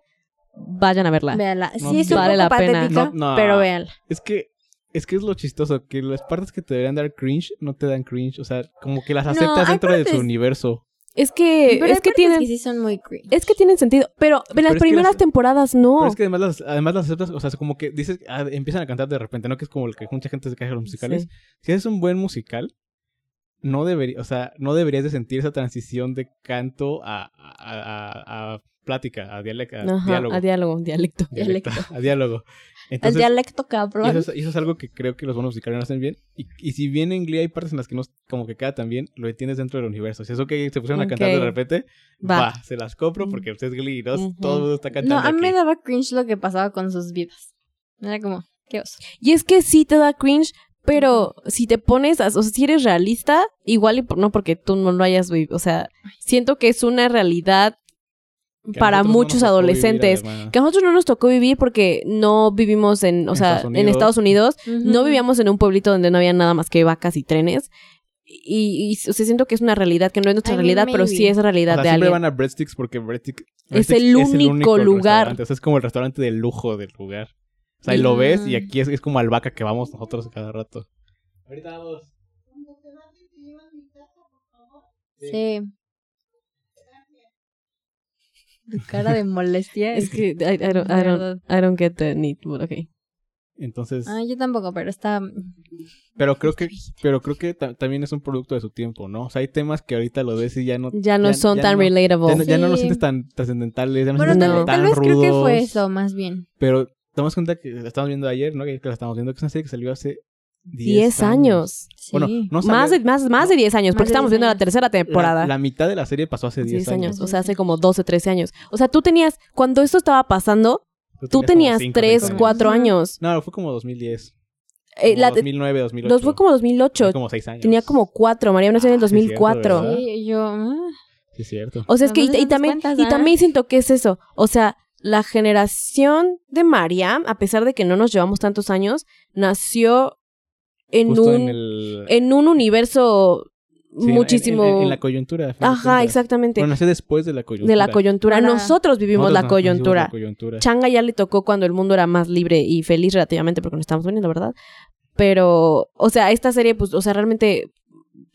vayan a verla.
Véala.
No,
sí, es un
vale
poco
la pena.
patética,
No, no.
pero véala.
Es que es que es lo chistoso, que las partes que te deberían dar cringe no te dan cringe, o sea, como que las
No,
aceptas
hay
dentro de su
partes-
universo.
Es que,
Pero hay
es que
partes
tienen,
que sí son muy cringe.
es que tienen sentido, pero en
Pero es
las
que
primeras
las-
temporadas no.
Pero es que además las, además las aceptas, o sea, es como que dices, ah, empiezan a cantar de repente, ¿no? Que es como el que mucha gente se cae a los musicales.
Sí.
Si haces un buen musical, no debería, o sea, no deberías de sentir esa transición de canto a, a- a- a plática, a, dialec- a
Ajá,
diálogo.
a diálogo, un dialecto.
Dialecto, [LAUGHS] a diálogo.
El
Entonces,
dialecto
Y
cabrón.
eso, es, y eso es algo que creo que los buenos musicales no hacen bien. Y, y si bien en Glee hay partes en las que no, como que queda tan bien, lo entiendes dentro del universo. Si eso que se pusieron a cantar de
Ok.
repente, va,
Va. Mm.
se las compro porque usted es Glee, ¿no?
Ujú.
todo el mundo está
No,
cantando.
a mí me
aquí.
daba cringe lo que pasaba con sus vidas. Era como, qué oso.
Y es que sí te da cringe, pero si te pones, a- o sea, si eres realista, igual y por- no porque tú no lo hayas vivido, o sea, siento que es una realidad
Que a
para
nosotros no
muchos
nos tocó vivir,
adolescentes.
además.
Que a nosotros no nos tocó vivir porque no vivimos en, o
En
sea,
Estados
en
Unidos.
Estados Unidos. No
Ujú.
vivíamos en un pueblito donde no había nada más que vacas y trenes. Y, y o sea, siento que es una realidad que no es nuestra
I mean,
realidad, pero
maybe.
sí es
O
realidad
sea,
de
siempre
alguien.
van a Breadsticks porque Breadsticks
Es
Breadsticks
el único lugar.
restaurante. O sea, es como el restaurante de lujo del lugar. O sea, y lo
Ah.
ves y aquí es, es como albahaca que vamos nosotros cada rato. Ahorita vamos.
Sí. Tu cara de molestia
Es
es
que I, I don't, I don't- I don't get the need, but okay.
Entonces,
Ah, yo tampoco, pero está.
pero creo que pero creo que ta- también es un producto de su tiempo, ¿no? O sea, hay temas que ahorita lo ves y ya no
Ya no
Ya-
son
ya
tan
no.
relatable.
Ya no, ya no lo
Sí.
sientes tan trascendentales, ya no
Bueno,
lo sientes
tal,
no.
tal
tan
vez creo
rudos.
que fue eso, más bien.
Pero damos cuenta que la estamos viendo ayer, ¿no? Que que la estamos viendo, que es una serie que salió hace
10 años.
Sí.
Bueno, no salió-
Más, de, más, más de 10 años,
Más
porque
de
estamos
10
viendo la
años.
tercera
la-
temporada.
La, mitad de la serie pasó hace 10,
10 años,
años.
o sea, hace como 12, 13 años. O sea, tú tenías, cuando esto estaba pasando, tú
como
tenías
cinco, seis
3,
años.
4
Ujú.
años.
No, fue como 2010.
Eh,
como
la-
2009, 2008.
los fue como 2008,
Fue como 6 años.
tenía como 4, María nació en el
Ah, sí es cierto,
2004.
¿verdad?
Sí, yo. ah,
Sí, es cierto.
O sea, es que y,
Entonces,
y
¿te das
también
cuentas,
y
ah?
también siento que es eso. O sea, la generación de Mariam, a pesar de que no nos llevamos tantos años, nació en
Justo
un
en el...
en un universo
Sí, en-
muchísimo.
En, en- en la coyuntura. a fin de
Ajá,
cuentas.
exactamente.
Bueno, nació después de la coyuntura.
de la coyuntura.
Ahora-
Nosotros vivimos
Nosotros
la
no- no hicimos
coyuntura.
la coyuntura.
Changa ya le tocó cuando el mundo era más libre y feliz relativamente porque nos estamos uniendo, ¿verdad? Pero, o sea, esta serie, pues, o sea, realmente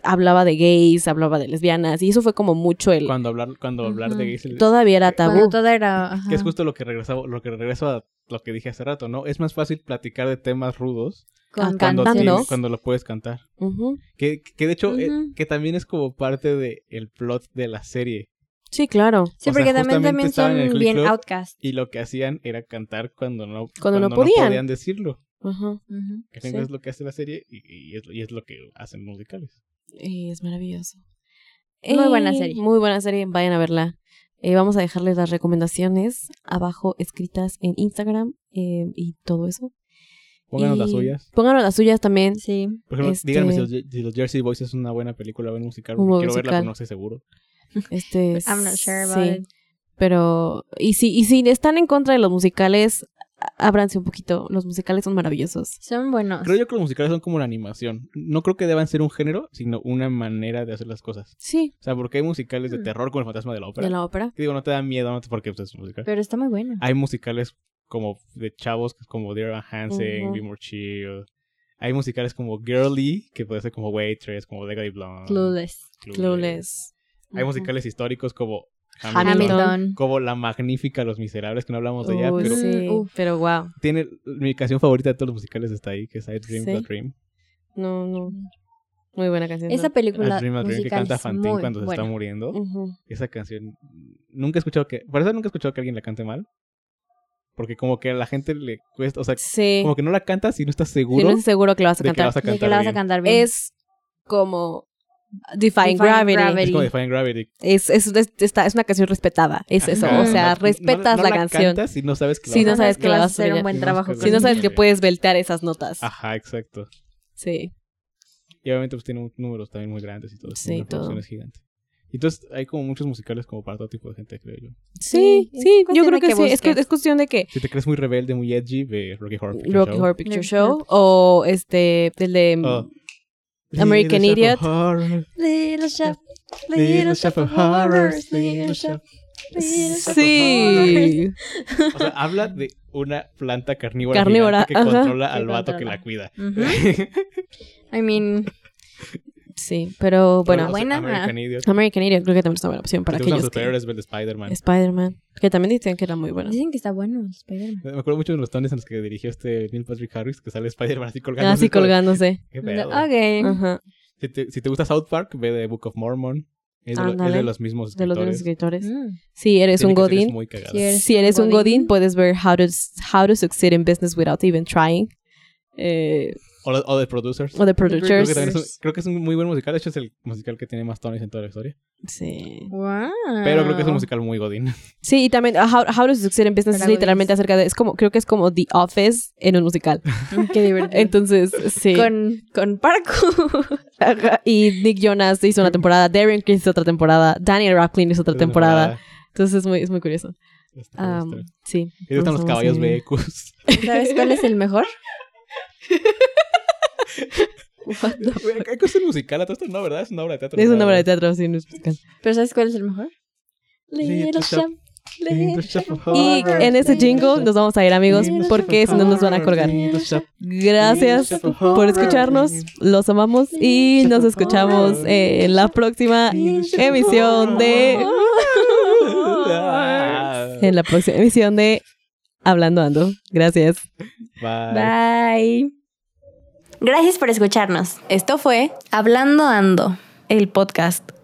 hablaba de gays, hablaba de lesbianas y eso fue como mucho el...
Cuando hablar, cuando hablar de
Ujú.
gays. el-
Todavía era
Cuando
tabú.
todo era. ajá.
Que es justo lo que regresaba, lo que regreso a lo que dije hace rato, ¿no? Es más fácil platicar de temas rudos
Con
Cuando
cuando,
canciones.
Cantando.
tienes- cuando lo puedes cantar.
Ujú.
Que, que de hecho, eh,
Ujú.
que también es como parte del el plot de la serie.
Sí, claro.
Sí,
o sea,
porque también,
justamente
también
estaban en el
son
Glee
bien
Club.
outcast.
Y lo que hacían era cantar cuando no,
Cuando no podían.
podían. decirlo.
Ajá.
Ujú.
Que creo
Sí.
que es lo que hace la serie y, y es, y es lo que hacen musicales.
Y es maravilloso.
Muy buena
Eh,
serie.
Muy buena serie, vayan a verla. Eh, vamos a dejarles las recomendaciones abajo escritas en Instagram eh, y todo eso.
Pónganos
Y
las suyas.
Pónganos las suyas
[LAUGHS]
también.
Sí.
Por ejemplo,
Este-
díganme si los, si los Jersey Boys es una buena película, buen musical.
Un
porque quiero verla,
musical.
pero no estoy seguro.
Este,
I'm not sure about
sí.
it.
Pero, y si, y si están en contra de los musicales, á- ábranse un poquito. Los musicales son maravillosos.
Son buenos.
Creo yo que los musicales son como la animación. No creo que deban ser un género, sino una manera de hacer las cosas.
Sí,
O sea, porque hay musicales de
Mm.
terror como El Fantasma de la Ópera.
de la ópera.
Que digo, no te da miedo, no te porque pues, es musical.
Pero está muy bueno.
Hay musicales como de chavos, como Dear Evan Hansen,
Ujú.
Be More Chill. Hay musicales como Girly, que puede ser como Waitress, como Legally Blonde.
Clueless.
Clueless.
Clueless.
Hay
Ujú.
musicales históricos como Hamilton,
Hamilton.
Hamilton.
como La Magnífica Los Miserables, que no hablamos de ella,
Uy,
pero
sí.
sí,
Uf.
pero wow.
tiene mi canción favorita de todos los musicales está ahí, que es I Dream the
Sí.
Dream.
No, no. Muy buena canción. ¿no?
Esa película
I Dream a Dream que
musical
canta
es
Fantín
muy
cuando se
buena.
está muriendo.
Ujú.
Esa canción nunca he escuchado que, por eso nunca he escuchado que alguien la cante mal. Porque como que a la gente le cuesta, o sea,
Sí.
como que no la cantas si no estás
Si
seguro
no es seguro que lo vas a
de que la
cantar.
vas a
De
cantar.
que la vas a
bien.
cantar bien.
Es como Define,
Define
Gravity.
Gravity.
Es como Define Gravity.
Es, es, es- está- es una canción respetada. Es eso.
Ajá.
O sea,
Ah, No- no-
respetas
no
la, canción.
cantas si no sabes que la
Si
vas a
no sabes que la vas a
hacer un
brillar.
buen
Si no
trabajo.
sabes
con
Si no sabes
ella.
que puedes veltear esas notas.
Ajá, exacto.
Sí.
Y obviamente pues tiene un- números también muy grandes y todo.
Sí,
Sí,
todo.
todo. Es gigante. Entonces hay como muchos musicales como para todo tipo de gente, creo yo.
Sí,
Sí,
sí,
es
yo
cuestión
creo
de
que,
que
sí. Es, cu-
busques.
es cuestión de que
Si te crees muy rebelde, muy edgy, ve Rocky Horror Picture
Rocky
Show.
Horror Picture
Mm,
Show
mm.
o este, el de.
Oh.
American
Little
Idiot.
Shop of Horrors,
Little Shop,
Little Shop of Horrors,
Little
Little Shop.
Shop of Horrors.
Sí.
O sea, habla de una planta carnívora,
Carnívora,
gigante que
ajá.
controla al
Que
vato que
controla.
la cuida.
Ujú. I mean,
Sí, pero bueno.
Entonces,
buena.
American Idiot.
American Idiot creo que también es una buena opción para
Si te gustan
aquellos
los
que.
superhéroes, ve el de Spider-Man.
Spider-Man. Que también dicen que era muy bueno.
dicen que está bueno el Spider-Man.
Me acuerdo mucho de los tones en los que dirigió este Neil Patrick Harris, que sale Spider-Man así colgando.
Así Ah, colgándose.
[LAUGHS] Qué pedo.
No,
Ah,
Ok.
Ajá.
Si te, si te gusta South Park, ve The Book of Mormon. Es de, lo- es de
Ándale.
los mismos
De los mismos
escritores.
escritores.
Mm.
Si eres
Tiene
un
que ser-
godín.
muy cagada.
Sí, es-
Si eres un godín,
Godín.
puedes ver how to, how to succeed in business without even trying. Eh,
O, lo- o The Producers.
o the
creo,
producers.
que también es un, creo que es un muy buen musical. De hecho, es el musical que tiene más tones en toda la historia.
Sí.
Wow.
Pero creo
Ah.
que es un musical muy [LAUGHS] godín.
Sí, y también uh, How, How to Succeed in Business es
Para
literalmente
godines.
acerca de... Es como, creo que es como The Office en un musical.
[LAUGHS] Mm,
[LAUGHS]
Qué divertido.
Entonces, sí.
Con, con Parkour.
Ajá. Y Nick Jonas hizo una temporada, Darren Criss hizo otra temporada, Daniel Radcliffe hizo otra temporada. Ah, Entonces, es muy, es muy curioso.
Este,
Am,
este.
sí.
Y te gustan los
Entonces,
caballos
sí. [LAUGHS]
[LAUGHS]
[LAUGHS]
BQs.
¿Sabes cuál es el mejor?
¿Qué cosa es musical? A todo esto no, ¿verdad? Es una obra de teatro.
Es una obra de teatro, sí, no es musical.
¿Pero sabes cuál es el mejor?
Little Shop, Little Shop
Oh,
of
Y
Horrors,
en este
Little
jingle
Shop-
nos vamos a ir, amigos,
Little
porque
Shop
si
of
no nos van a
Horrors,
colgar.
Little Shop
Gracias
Little Shop of
por escucharnos.
Horrors.
Los amamos y nos escuchamos eh, en la próxima emisión de... [LAUGHS]
Bye.
en la próxima emisión de Hablando Ando. Gracias.
[LAUGHS] Bye. Gracias por escucharnos. Esto fue Hablando Ando.
El podcast